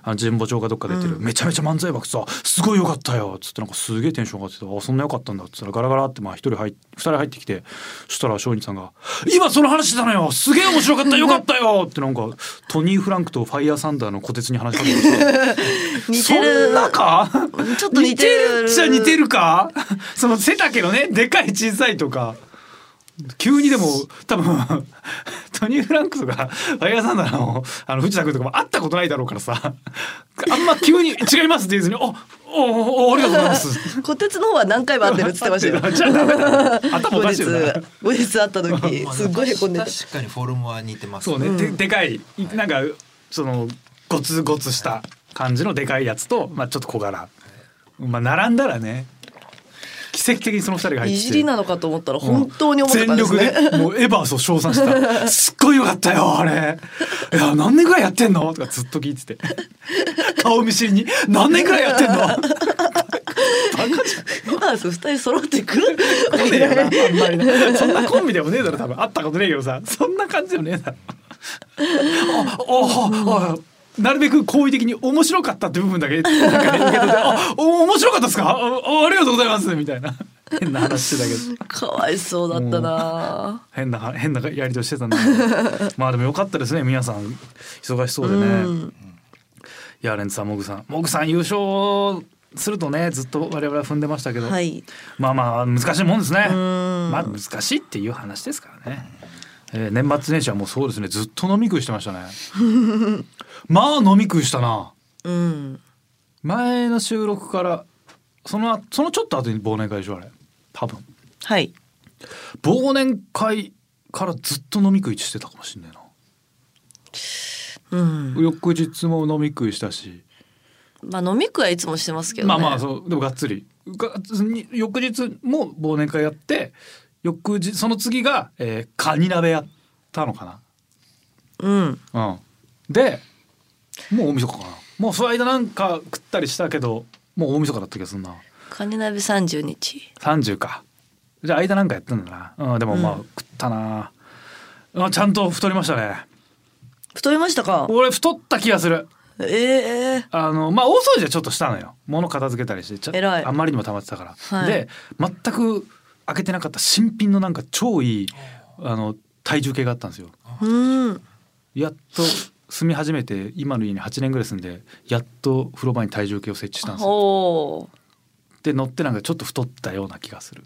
Speaker 2: あの神保町かどっか出てる、めちゃめちゃ漫才枠さすごいよかったよっつってなんかすげえテンション上がっててあそんなよかったんだっつったらガラガラってまあ一人入っ二人入ってきてそしたら松陰寺さんが「今その話してたのよすげえ面白かったよかったよ」ってなんかトニー・フランクとファイヤーサンダーの小鉄に話しかけてきて。
Speaker 3: 似てる。
Speaker 2: そんなか
Speaker 3: ちょっと似てる
Speaker 2: 似てるっちゃ似てるか その背丈のねでかい小さいとか急にでも多分 トニー・フランクとかファイヤーサンダーのあの藤田君とかも会ったことないだろうからさあんま急に「違います」って言えずに「おおおありがとうございま す」
Speaker 3: こてつの方は何回も会ってるっつってましたよ。
Speaker 2: じゃあダメだ 頭おかしいよな
Speaker 3: 後日後日 会った時
Speaker 4: まあ
Speaker 3: すっごいへこんでた。
Speaker 4: 確かにフォルムは似てます
Speaker 2: そうね、ででかいなんかそのゴツゴツした感じのでかいやつと、まあ、ちょっと小柄、まあ、並んだらね奇奇跡的にその二人が入って
Speaker 3: い
Speaker 2: きて
Speaker 3: じりなのかと思ったら本当に思ってた
Speaker 2: 全
Speaker 3: んです
Speaker 2: 力
Speaker 3: ね。
Speaker 2: でもうエヴァースを称賛したすっごいよかったよあれいや何年ぐらいやってんのとかずっと聞いてて顔見知りに何年ぐらいやってんの
Speaker 3: エヴ ァース二人揃ってくる。
Speaker 2: 来ねえよなあんまりなそんなコンビでもねえだろ多分会ったことねえけどさそんな感じでもねえだろああああなるべく好意的に面白かったって部分だけなんかね受け取ってあお面白かったですかああありがとうございますみたいな変な話してたけど。
Speaker 3: かわいそうだったな。
Speaker 2: 変な変なやりとりしてたな まあでもよかったですね皆さん忙しそうでね、
Speaker 3: うん
Speaker 2: いやレンツさんモグさんモグさん優勝するとねずっと我々は踏んでましたけど、
Speaker 3: はい。
Speaker 2: まあまあ難しいもんですね
Speaker 3: ん
Speaker 2: まあ難しいっていう話ですからね、えー年末年始はもうそうですねずっと飲み食いしてましたね まあ飲み食いしたな
Speaker 3: うん。
Speaker 2: 前の収録からそのそのちょっと後に忘年会でしょあれ多分
Speaker 3: はい。
Speaker 2: 忘年会からずっと飲み食いしてたかもしんないな
Speaker 3: うん。
Speaker 2: 翌日も飲み食いしたし、
Speaker 3: まあ飲み食いはいつもしてますけどね。
Speaker 2: まあまあそうでもがっつりがに翌日も忘年会やって翌日その次が、えーカニ鍋やったのか
Speaker 3: うん。
Speaker 2: な、うん、でもう大晦日かなもうその間なんか食ったりしたけどもう大晦日だった気がするな
Speaker 3: カニ鍋三十日。
Speaker 2: 30かじゃあ間なんかやったんだな、うん、でもまあ、
Speaker 3: うん
Speaker 2: 食ったなあちゃんと太りましたね
Speaker 3: 太りましたか。
Speaker 2: 俺太った気がする
Speaker 3: ええ
Speaker 2: あのまあ大掃除はちょっとしたのよ物片付けたりしてちょ
Speaker 3: 偉い
Speaker 2: あんまりにも溜まってたから、
Speaker 3: はい
Speaker 2: で全く開けてなかった新品のなんか超いいあの体重計があったんですよ
Speaker 3: うん。
Speaker 2: やっと住み始めて今の家に8年ぐらい住んでやっと風呂場に体重計を設置したんですよ
Speaker 3: おお。
Speaker 2: で乗ってなんかちょっと太ったような気がする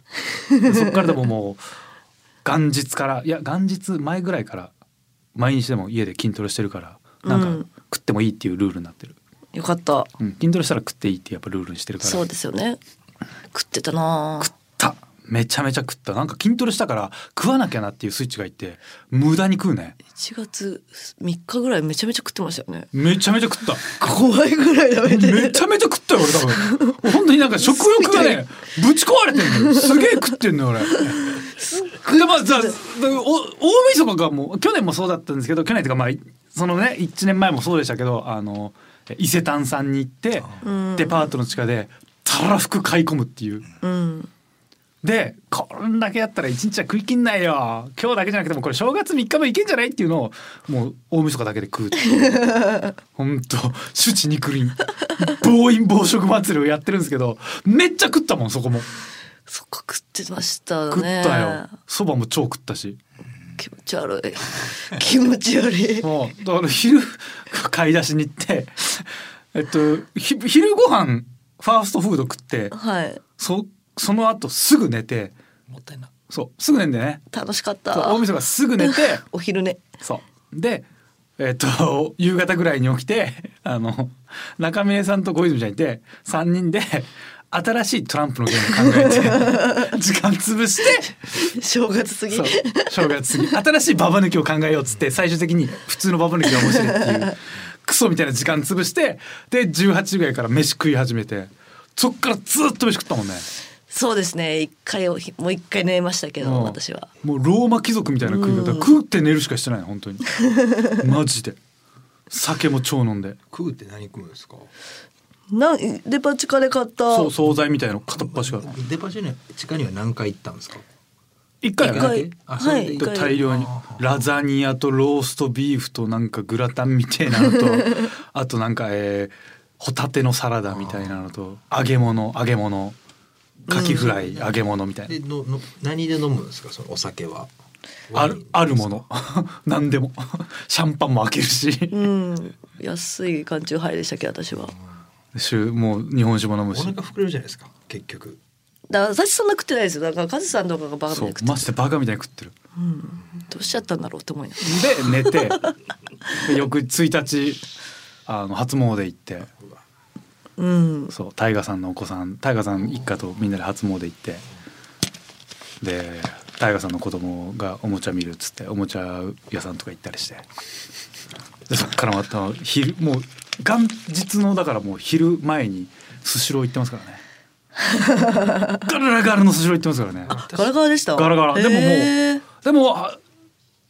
Speaker 2: でそっからでももう元日からいや元日前ぐらいから毎日でも家で筋トレしてるからなん
Speaker 3: う
Speaker 2: か
Speaker 3: ん
Speaker 2: 食ってもいいっていうルールになってる、
Speaker 3: よかった。
Speaker 2: うん、筋トレしたら食っていいってやっぱルールにしてるから
Speaker 3: そうですよね。食ってたな。
Speaker 2: 食っためちゃめちゃ食ったなんか筋トレしたから食わなきゃなっていうスイッチがいって無駄に食うね
Speaker 3: 1月3日ぐらいめちゃめちゃ食ってましたよね
Speaker 2: めちゃめちゃ食った
Speaker 3: 怖いぐらい食べて
Speaker 2: めちゃめちゃ食ったよ俺多 分本当になんか食欲がねぶち壊れてんのよすげえ食ってんのよ俺でまあじゃあお大晦日がもう去年もそうだったんですけど去年というかまあそのね1年前もそうでしたけどあの伊勢丹さんに行って
Speaker 3: うん
Speaker 2: デパートの地下でたらふく買い込むっていう
Speaker 3: うん
Speaker 2: でこんだけやったら一日は食いきんないよ今日だけじゃなくてもこれ正月3日もいけんじゃないっていうのをもう大晦日だけで食うっていう本当手地肉林暴飲暴食祭りをやってるんですけどめっちゃ食ったもんそこも
Speaker 3: そっか食ってました
Speaker 2: 食っ
Speaker 3: ね
Speaker 2: たよそばも超食ったし
Speaker 3: 気持ち悪い 気持ち悪い
Speaker 2: もうだから昼買い出しに行ってえっとひ昼ご飯ファーストフード食って
Speaker 3: はい
Speaker 2: そその後すぐ寝て
Speaker 4: もったいな。
Speaker 2: そうすぐ寝んでね
Speaker 3: 楽しかっ
Speaker 2: そう
Speaker 3: た
Speaker 2: 大晦日すぐ寝て
Speaker 3: お昼寝
Speaker 2: そうでえっと 夕方ぐらいに起きて あの中峰さんと小泉ちゃんいて3人で新しいトランプのゲーム考えて 時間潰して
Speaker 3: 正月過ぎ
Speaker 2: そう正月過ぎ新しいババ抜きを考えようっつって最終的に普通のババ抜きが面白いって いうクソみたいな時間潰してで18時ぐらいから飯食い始めてそっからずっと飯食ったもんね。
Speaker 3: そうですね一回おひもう一回寝ましたけ
Speaker 2: う
Speaker 3: ど
Speaker 2: ん
Speaker 3: 私は
Speaker 2: もうローマ貴族みたいな食い方食って寝るしかしてないの本 当にマジで酒も超飲んで
Speaker 4: 食うって何食うんですか。
Speaker 3: なんデパ地下で買った
Speaker 2: そう惣菜みたいの片っ端から
Speaker 4: デパ地下に地下には何回行ったんですか。
Speaker 2: 一回
Speaker 4: 一
Speaker 2: だ
Speaker 4: 回
Speaker 2: け
Speaker 4: あ
Speaker 3: は
Speaker 4: それ
Speaker 3: い
Speaker 4: で
Speaker 3: 一
Speaker 4: 一
Speaker 3: 回
Speaker 2: 大量にラザニアとローストビーフとなんかグラタンみたいなの とあとなんか、えーホタテのサラダみたいなのと揚げ物揚げ物カキフライ揚げ物みたいな、
Speaker 4: でのの何で飲むんですかそのお酒は。
Speaker 2: あるあるもの 何でもシャンパンも開けるし
Speaker 3: うん安い缶チューハイでしたっけ私は
Speaker 2: しゅもう日本酒も飲む
Speaker 4: お
Speaker 2: し
Speaker 4: 腹膨れるじゃないですか結局。
Speaker 3: だから私そんな食ってないですよだからカズさんとかがバカみた
Speaker 2: そ
Speaker 3: いうに食って
Speaker 2: マジでバカみたいに食ってる
Speaker 3: どうしちゃったんだろうって思いながら
Speaker 2: で寝 てで翌1日あの初詣行って
Speaker 3: うん
Speaker 2: そう大河さんのお子さん大河さん一家とみんなで初詣行ってで大河さんの子供がおもちゃ見るっつっておもちゃ屋さんとか行ったりしてでそっからまた昼もう元日のだからもう昼前にスシロー行ってますからね ガラガラのスシロー行ってますからね
Speaker 3: ガラガラでした。
Speaker 2: ガラガラでももう
Speaker 3: へー
Speaker 2: でもあ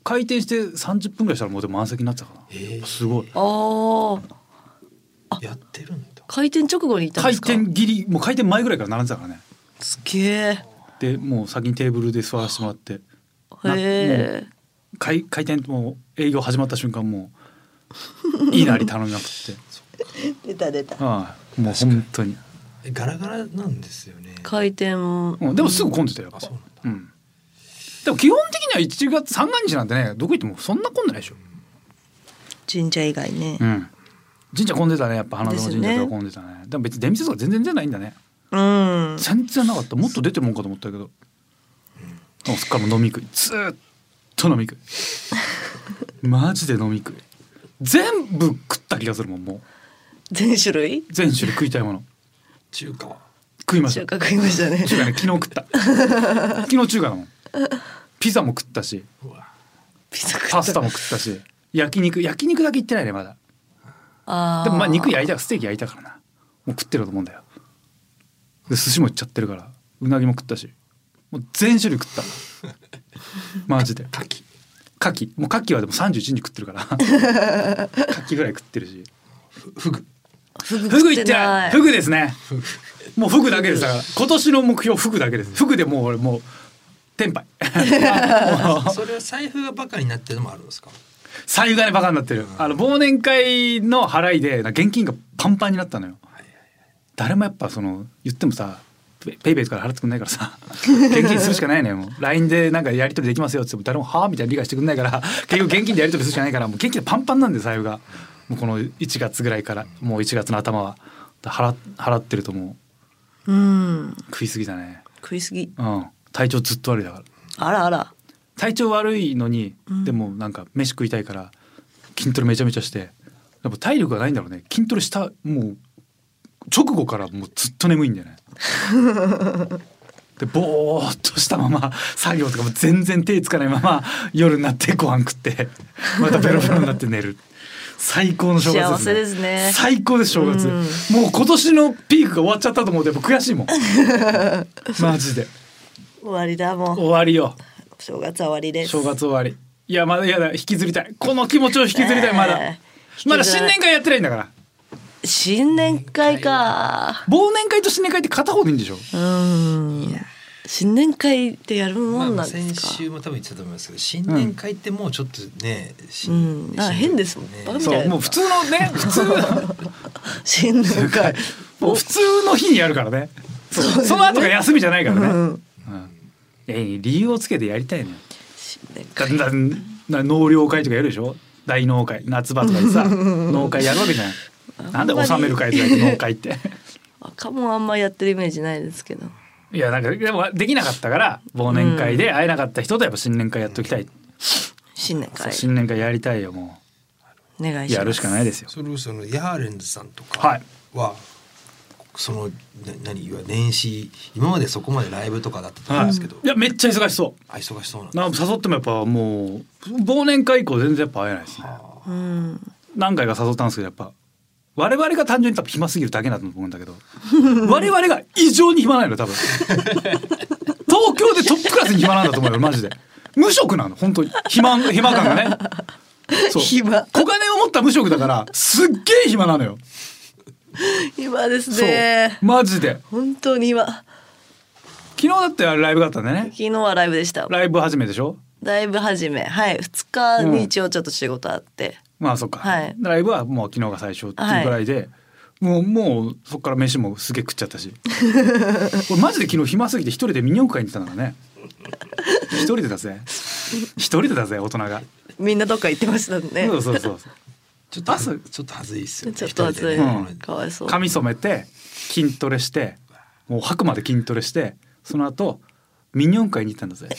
Speaker 2: 開店して30分ぐらいしたらもうでも満席になってたかな、
Speaker 4: へえ
Speaker 2: すごい
Speaker 3: ああ、
Speaker 4: やってるんだ
Speaker 3: 開店直後に行ったんで
Speaker 2: 開
Speaker 3: すか。
Speaker 2: 店ギリもう開店前ぐらいから並んでたからね
Speaker 3: すげえ。
Speaker 2: でもう先にテーブルで座らせてもらってな
Speaker 3: へえ。
Speaker 2: 開開店もう営業始まった瞬間もういいなり頼みまくって
Speaker 3: 出た出た。
Speaker 2: はいもう本当に
Speaker 4: えガラガラなんですよね
Speaker 3: 開店。
Speaker 2: うん、でもすぐ混んでたよやっぱ
Speaker 4: あそうなんだ
Speaker 2: うん、でも基本的には1月三が日なんてねどこ行ってもそんな混んでないでしょ、
Speaker 3: 神社以外ね。
Speaker 2: ん、神社混んでたねやっぱ花園神
Speaker 3: で
Speaker 2: 社
Speaker 3: すよ
Speaker 2: と
Speaker 3: ね
Speaker 2: か混んでたねでも別に出店とか全然出ないんだね
Speaker 3: うん。
Speaker 2: 全然なかったもっと出てるもんかと思ったけど、もうすっからもう飲み食いずーっと飲み食いマジで飲み食い全部食った気がするもんもう
Speaker 3: 全種類。
Speaker 2: 全種類食いたいもの
Speaker 4: 中華は
Speaker 2: 食いました
Speaker 3: 中華食いまし たね。
Speaker 2: 中華ね昨日食った昨日中華だもんピザも食ったし
Speaker 4: うわ
Speaker 3: ピザ食った
Speaker 2: パスタも食ったし焼肉焼肉だけ行ってないねまだ
Speaker 3: ああ。
Speaker 2: でもまあ肉焼いたステーキ焼いたからなもう食ってると思うんだよで寿司も行っちゃってるからうなぎも食ったしもう全種類食った マジで
Speaker 4: 牡蠣
Speaker 2: 牡蠣もう牡蠣はでも31日に食ってるから牡 蠣ぐらい食ってるし
Speaker 4: ふふぐ
Speaker 3: フ
Speaker 2: フ
Speaker 3: グ
Speaker 2: グ
Speaker 3: 食
Speaker 2: 行
Speaker 3: っ
Speaker 2: って
Speaker 3: てな
Speaker 2: ない
Speaker 3: い。
Speaker 2: フグです ねもうフグだけですだから今年の目標フグだけですフグでもう俺もう天 杯もう
Speaker 4: それは財布がバカになってるのもあるんですか
Speaker 2: 財布がねバカになってるあの忘年会の払いでな現金がパンパンになったのよ誰もやっぱその言ってもさペペイペイから払ってくんないからさ現金にするしかないのよもう LINE でなんかやり取りできますよって言っても誰も「はあ?」みたいな理解してくんないから結局現金でやり取りするしかないからもう現金でパンパンなんで財布がもうこの1月ぐらいからもう1月の頭はだ払払ってるとも
Speaker 3: うん。
Speaker 2: う食いすぎだね
Speaker 3: 食いすぎ。
Speaker 2: うん体調ずっと悪いだから
Speaker 3: あらあら。
Speaker 2: 体調悪いのに、でもなんか飯食いたいから筋トレめちゃめちゃしてやっぱ体力がないんだろうね筋トレしたもう直後からもうずっと眠いんだよねでぼーっとしたまま作業とかも全然手つかないまま夜になってご飯食ってまたベロベロになって寝る最高の正月ですね
Speaker 3: 幸せですね
Speaker 2: 最高です正月、
Speaker 3: うん
Speaker 2: もう今年のピークが終わっちゃったと思うとやっぱ悔 しいもんマジで
Speaker 3: 終わりだもう。
Speaker 2: 終わりよ
Speaker 3: 正月は終わりです。
Speaker 2: 正月終わりいやまだいやだ引きずりたいこの気持ちを引きずりたいまだ、
Speaker 3: えー
Speaker 2: まだ新年会やってないんだから
Speaker 3: 新年会か。
Speaker 2: 忘年会と新年会って片方でいいんでしょ
Speaker 3: うん。新年会ってやるもん
Speaker 4: まあ
Speaker 3: なんで
Speaker 4: 先
Speaker 3: すか。
Speaker 4: 週も多分言ってたと思いますけど新年会ってもうちょっとね、し
Speaker 3: うんなんか変ですもんバカみたい
Speaker 2: そうもう普通の ね普通
Speaker 3: 新年会。
Speaker 2: もう普通の日にやるからねそう
Speaker 3: そうですね
Speaker 2: その後が休みじゃないからね、
Speaker 3: う
Speaker 2: うん
Speaker 3: ん。
Speaker 2: いやいや理由をつけてやりたいのよ
Speaker 3: 新年
Speaker 2: だ
Speaker 3: 会。
Speaker 2: だだ納涼会とかやるでしょ大納会夏場とかでさ納会やるわけじゃないなんで納める会とか言って納会って
Speaker 3: 若もあんまやってるイメージないですけど。
Speaker 2: いやなんかでもできなかったから忘年会で会えなかった人とやっぱ新年会やっときたい、
Speaker 3: 新年
Speaker 2: そう
Speaker 3: 会。
Speaker 2: 新年会やりたいよも
Speaker 3: お願いうします。
Speaker 2: やるしかないですよ
Speaker 4: それをそのヤーレンズさんとか
Speaker 2: は、
Speaker 4: はいそのな何いわゆる年始今までそこまでライブとかだったと思うんですけど、
Speaker 2: いやめっちゃ忙しそ
Speaker 4: あ忙しそうなん
Speaker 2: う
Speaker 4: だ
Speaker 2: なんか誘ってもやっぱもう忘年会以降全然やっぱ会えないですね
Speaker 4: あー
Speaker 3: うん。
Speaker 2: 何回か誘ったんですけどやっぱ我々が単純に多分暇すぎるだけだと思うんだけど 我々が異常に暇ないの 多分東京でトップクラスに暇なんだと思うよマジで無職なの本当に暇暇感がねそう
Speaker 3: 暇
Speaker 2: 小金を持った無職だからすっげえ暇なのよ
Speaker 3: 今です
Speaker 2: そう
Speaker 3: ね。
Speaker 2: マジで
Speaker 3: 本当に今。
Speaker 2: 昨日だってライブがあったんだよね
Speaker 3: 昨日はライブでした。
Speaker 2: ライブ始めでしょ
Speaker 3: ライブ始め。はい。二日に一応ちょっと仕事あって。
Speaker 2: まあそっか、
Speaker 3: はい
Speaker 2: ライブはもう昨日が最初っていうぐらいで、もうもうそっから飯もすげえ食っちゃったし 俺マジで昨日暇すぎて一人でミニ四駆買いに行ってたんだからね一人でだぜ一人でだぜ大人が、
Speaker 3: みんなどっか行ってましたね。
Speaker 2: そうそうそうそう
Speaker 4: ちょっと
Speaker 2: 朝
Speaker 4: ちょっとはずいっすよね
Speaker 3: ちょっと
Speaker 4: 一人
Speaker 3: 暑い、
Speaker 4: で
Speaker 2: うん
Speaker 4: この
Speaker 3: かわいそう。
Speaker 2: 髪染めて筋トレしてもう吐くまで筋トレしてその後ミニ四駆買いに行ったんだ ぜ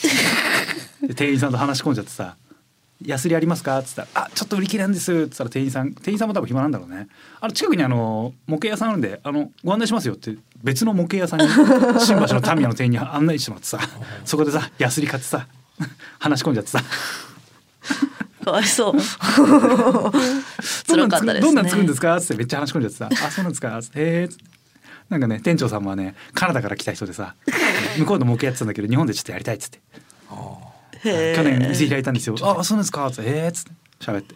Speaker 2: で店員さんと話し込んじゃってさ「ヤスリありますか?」っつったら「あちょっと売り切れなんです」っつったら店員さん店員さんも多分暇なんだろうねあの近くにあの模型屋さんあるんであのご案内しますよって別の模型屋さんに新橋のタミヤの店員に案内してもらって さそこでさヤスリ買ってさ話し込んじゃってさ
Speaker 3: かわいそう。
Speaker 2: どん
Speaker 3: 辛
Speaker 2: なん
Speaker 3: かっ
Speaker 2: つ
Speaker 3: たですね
Speaker 2: くどんなん作るんですか?」っつってめっちゃ話し込んじゃってさ「あそうなんですか?」っつって「へえ」なんかね店長さんはねカナダから来た人でさ向こうの模型やってたんだけど日本でちょっとやりたいっつって
Speaker 3: 去
Speaker 2: 去年店開いたんですよ「あそうなんですか」っつって「えー」っつって喋って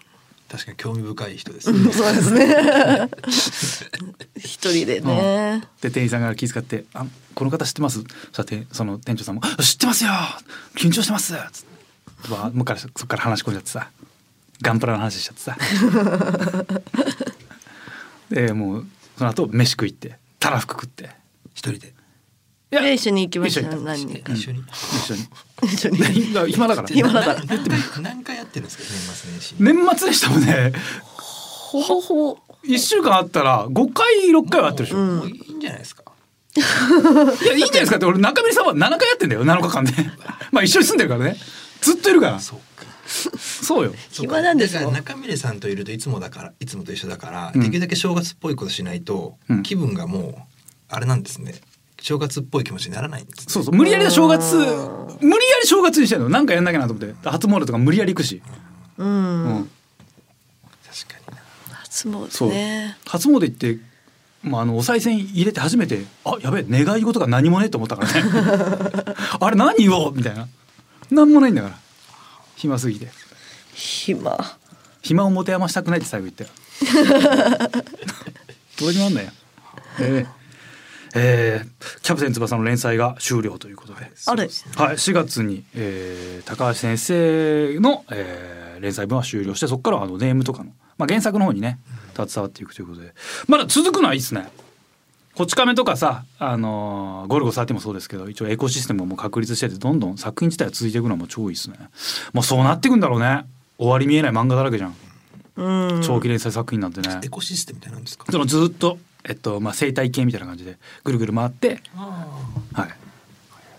Speaker 4: 確かに興味深い人ですね、
Speaker 3: そうですね 一人でね、
Speaker 2: で店員さんが気遣って「あこの方知ってます?」さてその店長さんもあ「知ってますよ緊張してます」つってわあもうからそっから話し込んじゃってさガンプラの話しちゃってさでもうその後飯食いってたらふく食って
Speaker 4: 一人で
Speaker 2: いや
Speaker 3: で一緒に行きまし
Speaker 2: 一緒
Speaker 3: た
Speaker 2: に
Speaker 3: 何人か
Speaker 4: 一 緒に
Speaker 2: 一緒に
Speaker 3: 一緒に
Speaker 2: 今暇だから
Speaker 3: 暇だから
Speaker 4: な何回何回やってるんですか年末年始
Speaker 2: 年末でしたもんね
Speaker 3: ほぼほぼ
Speaker 2: 1週間あったら5回6回はあってるでしょ、
Speaker 4: も
Speaker 3: ん
Speaker 4: うもういいんじゃないですか
Speaker 2: いやいいんじゃないですかって俺中村さんは7回やってんだよ7日間でまあ一緒に住んでるからねずっといるから
Speaker 4: そうか
Speaker 2: そうよ
Speaker 4: そう
Speaker 3: 暇なんですよ
Speaker 4: だから中峰さんといるといつもだからいつもと一緒だから、
Speaker 2: うん
Speaker 4: できるだけ正月っぽいことしないと、
Speaker 2: うん
Speaker 4: 気分がもうあれなんですね正月っぽい気持ちにならないんです、ね、
Speaker 2: そうそう無理やり正月
Speaker 3: う
Speaker 2: 無
Speaker 3: ん
Speaker 2: 理やり正月にしてんのなんかやんなきゃなと思って初詣とか無理やり行くし、
Speaker 3: う
Speaker 2: うんん、
Speaker 4: 確かにな
Speaker 3: 初詣
Speaker 2: そう
Speaker 3: ね
Speaker 2: 初詣行って、まあ、あのお賽銭入れて初めてあやべえ願い事が何もねえと思ったからね あれ何言おうみたいな何もないんだから暇すぎて
Speaker 3: 暇
Speaker 2: 暇を持て余したくないって最後言ったよどうにもなんないよえーえーキャプテン翼の連載が終了ということで
Speaker 3: あれ
Speaker 2: はい、4月に、えー高橋先生の、えー連載分は終了してそこからはあのネームとかの、まあ、原作の方にね携わっていくということでまだ続くのはいいですね。こち亀とかさ、あのーゴルゴ13もそうですけど一応エコシステムももう確立しててどんどん作品自体は続いていくのはもう超いいですね。もうそうなっていくんだろうね終わり見えない漫画だらけじゃん
Speaker 3: うん
Speaker 2: 長期連載作品なんてね。
Speaker 4: エコシステムみたいなんですか
Speaker 2: そのずっと、えっとまあ、生態系みたいな感じでぐるぐる回って
Speaker 4: あ
Speaker 2: はい、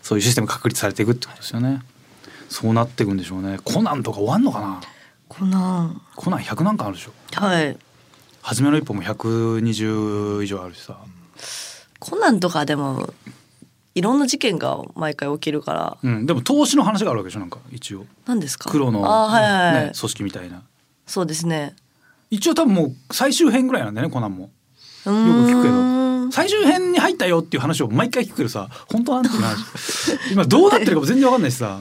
Speaker 2: そういうシステムが確立されていくってことですよね。そうなっていくんでしょうね。コナンとか終わんのかな。
Speaker 3: コナン
Speaker 2: コナン100なんかあるでしょ。
Speaker 3: はい
Speaker 2: 初めの一歩も120以上あるしさ。
Speaker 3: コナンとかでもいろんな事件が毎回起きるから
Speaker 2: うん。でも投資の話があるわけでしょ。なんか一応
Speaker 3: 何ですか
Speaker 2: 黒の、
Speaker 3: あーはいはい、
Speaker 2: ね、組織みたいな。
Speaker 3: そうですね
Speaker 2: 一応多分もう最終編ぐらいなんだよねコナンも。
Speaker 3: よ
Speaker 2: よく
Speaker 3: く
Speaker 2: 聞くけど最終編に入ったよっていう話を毎回聞くけどさ本当なんていうの 今どうなってるかも全然わかんないしさ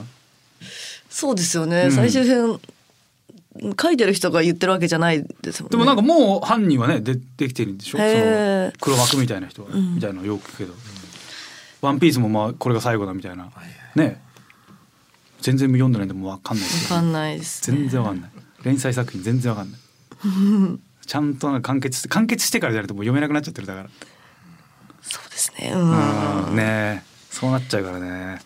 Speaker 3: そうですよね、
Speaker 2: うん
Speaker 3: 最終編書いてる人が言ってるわけじゃないですもん
Speaker 2: で
Speaker 3: ね
Speaker 2: もなんかもう犯人はねでできてるんでしょそ
Speaker 3: へー
Speaker 2: の黒幕みたいな人は、
Speaker 3: ん
Speaker 2: みたいなのよく聞くけど、ワンピースもまあこれが最後だみたいな
Speaker 4: あはいはい
Speaker 2: ね全然読んでないんでもうわかんないです
Speaker 3: わかんないですね
Speaker 2: 全然わかんない連載作品全然わかんないちゃんとなんか完結して完結してからじゃないともう読めなくなっちゃってるだから
Speaker 3: そうですねうん
Speaker 2: うんねえそうなっちゃうからね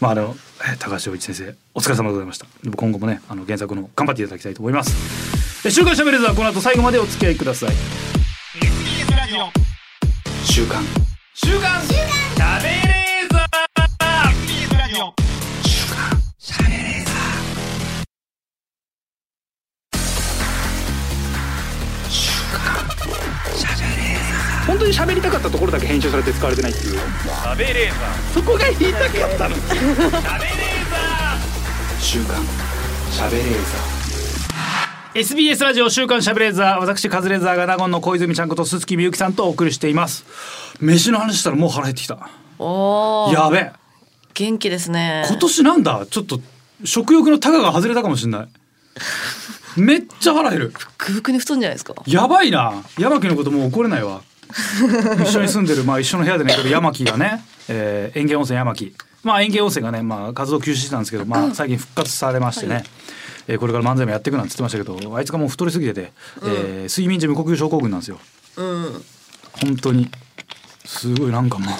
Speaker 2: まああのえー高橋陽一先生お疲れ様でございましたでも今後もねあの原作の方頑張っていただきたいと思いますえ週刊しゃべれーザーこの後最後までお付き合いください
Speaker 1: 週刊
Speaker 2: 週刊しゃべれーザ
Speaker 1: 本当に喋りたかったところだけ編集されて使われてないっていう喋れーザーそこが言いたかったの喋れーザー週刊喋れーザ
Speaker 2: SBS ラジオ週刊しゃべれーザー私カズレーザーがナゴンの小泉ちゃんこと鈴木みゆきさんとお送りしています飯の話したらもう腹減ってきた
Speaker 3: おー
Speaker 2: やべえ
Speaker 3: 元気ですね
Speaker 2: 今年なんだちょっと食欲のタガが外れたかもしれないめっちゃ腹減る
Speaker 3: 空腹に太んじゃないですか
Speaker 2: やばいな山木のこともう怒れないわ 一緒に住んでるまあ一緒の部屋でねけど山木がね、えー、園芸温泉山木まあ園芸温泉がねまあ活動休止してたんですけどまあ最近復活されましてね、えーこれから漫才もやっていくなんて言ってましたけどあいつがもう太りすぎてて、えー睡眠時無呼吸症候群なんですよ
Speaker 3: うん
Speaker 2: 本当にすごいなんかもう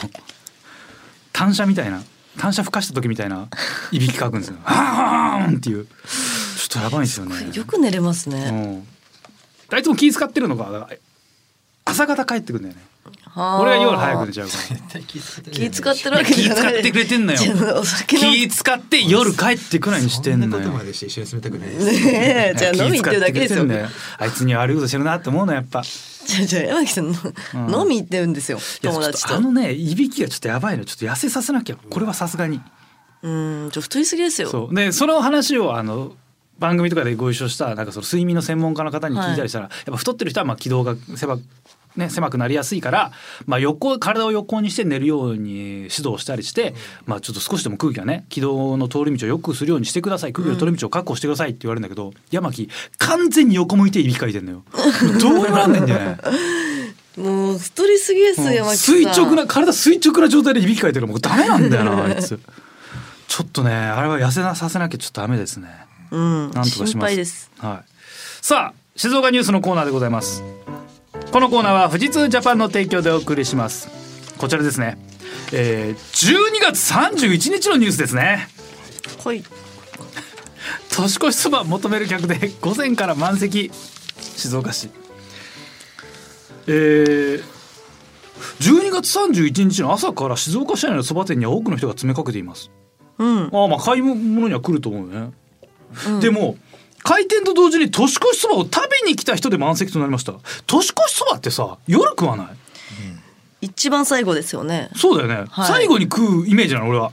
Speaker 2: 単車みたいな単車ふかした時みたいないびきかくんですよあーんっていうちょっとやばいんですよね
Speaker 3: よく寝れます
Speaker 2: う
Speaker 3: ね、
Speaker 2: ん、あいつも気遣ってるのかだから朝方帰ってくんだよね
Speaker 3: あー
Speaker 2: 俺が夜早く寝ちゃうから
Speaker 4: 絶対気使って
Speaker 3: 気使って
Speaker 2: い
Speaker 3: るわ
Speaker 2: や
Speaker 3: け
Speaker 2: 気
Speaker 3: じゃない
Speaker 2: 遣ってくれてんのよ
Speaker 3: 違うお酒の
Speaker 2: 気使って夜帰ってくらいにしてんの
Speaker 4: そんなこと
Speaker 2: よ
Speaker 4: までして一緒に住みたくないです
Speaker 3: ねえじゃあ飲み行ってるだけですよ
Speaker 2: 気遣ってくれてんだあいつに悪いことしてるなって思うのやっぱ
Speaker 3: じゃあじゃあ山木さんの、
Speaker 2: うん
Speaker 3: 飲み行ってるんですよ
Speaker 2: いやち
Speaker 3: 友
Speaker 2: ょっ
Speaker 3: 達
Speaker 2: と
Speaker 3: と
Speaker 2: あのねいびきがちょっとやばいのちょっと痩せさせなきゃこれはさすがに
Speaker 3: うんちょっと太りすぎですよ
Speaker 2: そうでその話をあの番組とかでご一緒したなんかその睡眠の専門家の方に聞いたりしたら、やっぱ太ってる人はまあ気道が狭ね、狭くなりやすいから、まあ、横体を横にして寝るように指導したりして、まあ、ちょっと少しでも空気がね軌道の通り道をよくするようにしてください空気の通り道を確保してくださいって言われるんだけど、山木完全に横向いていびきかいてんの よ。どうにもなんないんだよね。
Speaker 3: もう太りすぎです
Speaker 2: うん
Speaker 3: 山木さん
Speaker 2: 垂直な体垂直な状態でいびきかいてるもうダメなんだよなあいつちょっとねあれは痩せなさせなきゃちょっとダメですね
Speaker 3: うん
Speaker 2: なんとかします
Speaker 3: 心配です
Speaker 2: はい。さあ静岡ニュースのコーナーでございますこのコーナーは富士通ジャパンの提供でお送りしますこちらですね、えー、12月31日のニュースですね
Speaker 3: 来い
Speaker 2: 年越しそば求める客で午前から満席静岡市えー12月31日の朝から静岡市内のそば店には多くの人が詰めかけています
Speaker 3: うん
Speaker 2: ああまあ買い物には来ると思うよね、でも開店と同時に年越しそばを食べに来た人で満席となりました年越しそばってさ夜食わない
Speaker 3: 一番最後ですよね
Speaker 2: そうだよね、
Speaker 3: はい
Speaker 2: 最後に食うイメージなの俺は、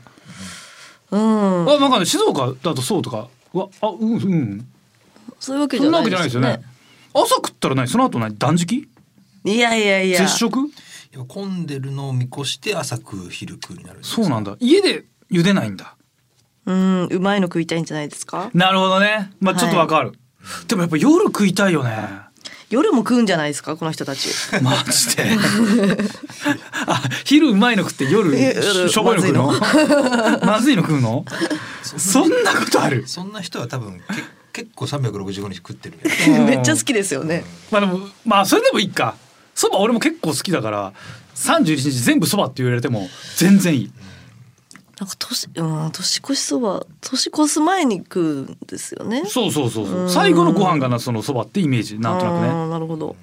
Speaker 3: うん
Speaker 2: あなんかね静岡だとそうとかうわあうんうん
Speaker 3: そういうわけ
Speaker 2: そ
Speaker 3: じ
Speaker 2: ん
Speaker 3: ゃ
Speaker 2: なわ
Speaker 3: な
Speaker 2: け
Speaker 3: い
Speaker 2: じゃないですよね朝食ったら何その後何断食
Speaker 3: いやいやいや
Speaker 2: 接触
Speaker 4: いや混んでるのを見越して朝食う昼食うになるんです
Speaker 2: そうなんだ家で茹でないんだ
Speaker 3: うんうまいの食いたいんじゃないですか
Speaker 2: なるほどねまあ
Speaker 3: はい
Speaker 2: ちょっとわかる、でもやっぱ夜食いたいよ ね
Speaker 3: 夜も食うんじゃないですかこの人たち
Speaker 2: マジで あ昼うまいの食って夜
Speaker 3: え夜
Speaker 2: しょぼいの食うの まずいの食うのそんなことある
Speaker 4: そんな人は多分け結構365日食ってるんや
Speaker 3: めっちゃ好きですよね
Speaker 2: まあでもまあそれでもいいかそば俺も結構好きだから31日全部そばって言われても全然いい
Speaker 3: なんか年うん年越しそば年越す前に食うんですよね
Speaker 2: そうそうそうそう最後のご飯がなそのそばってイメージなんとなくね
Speaker 3: あーなるほど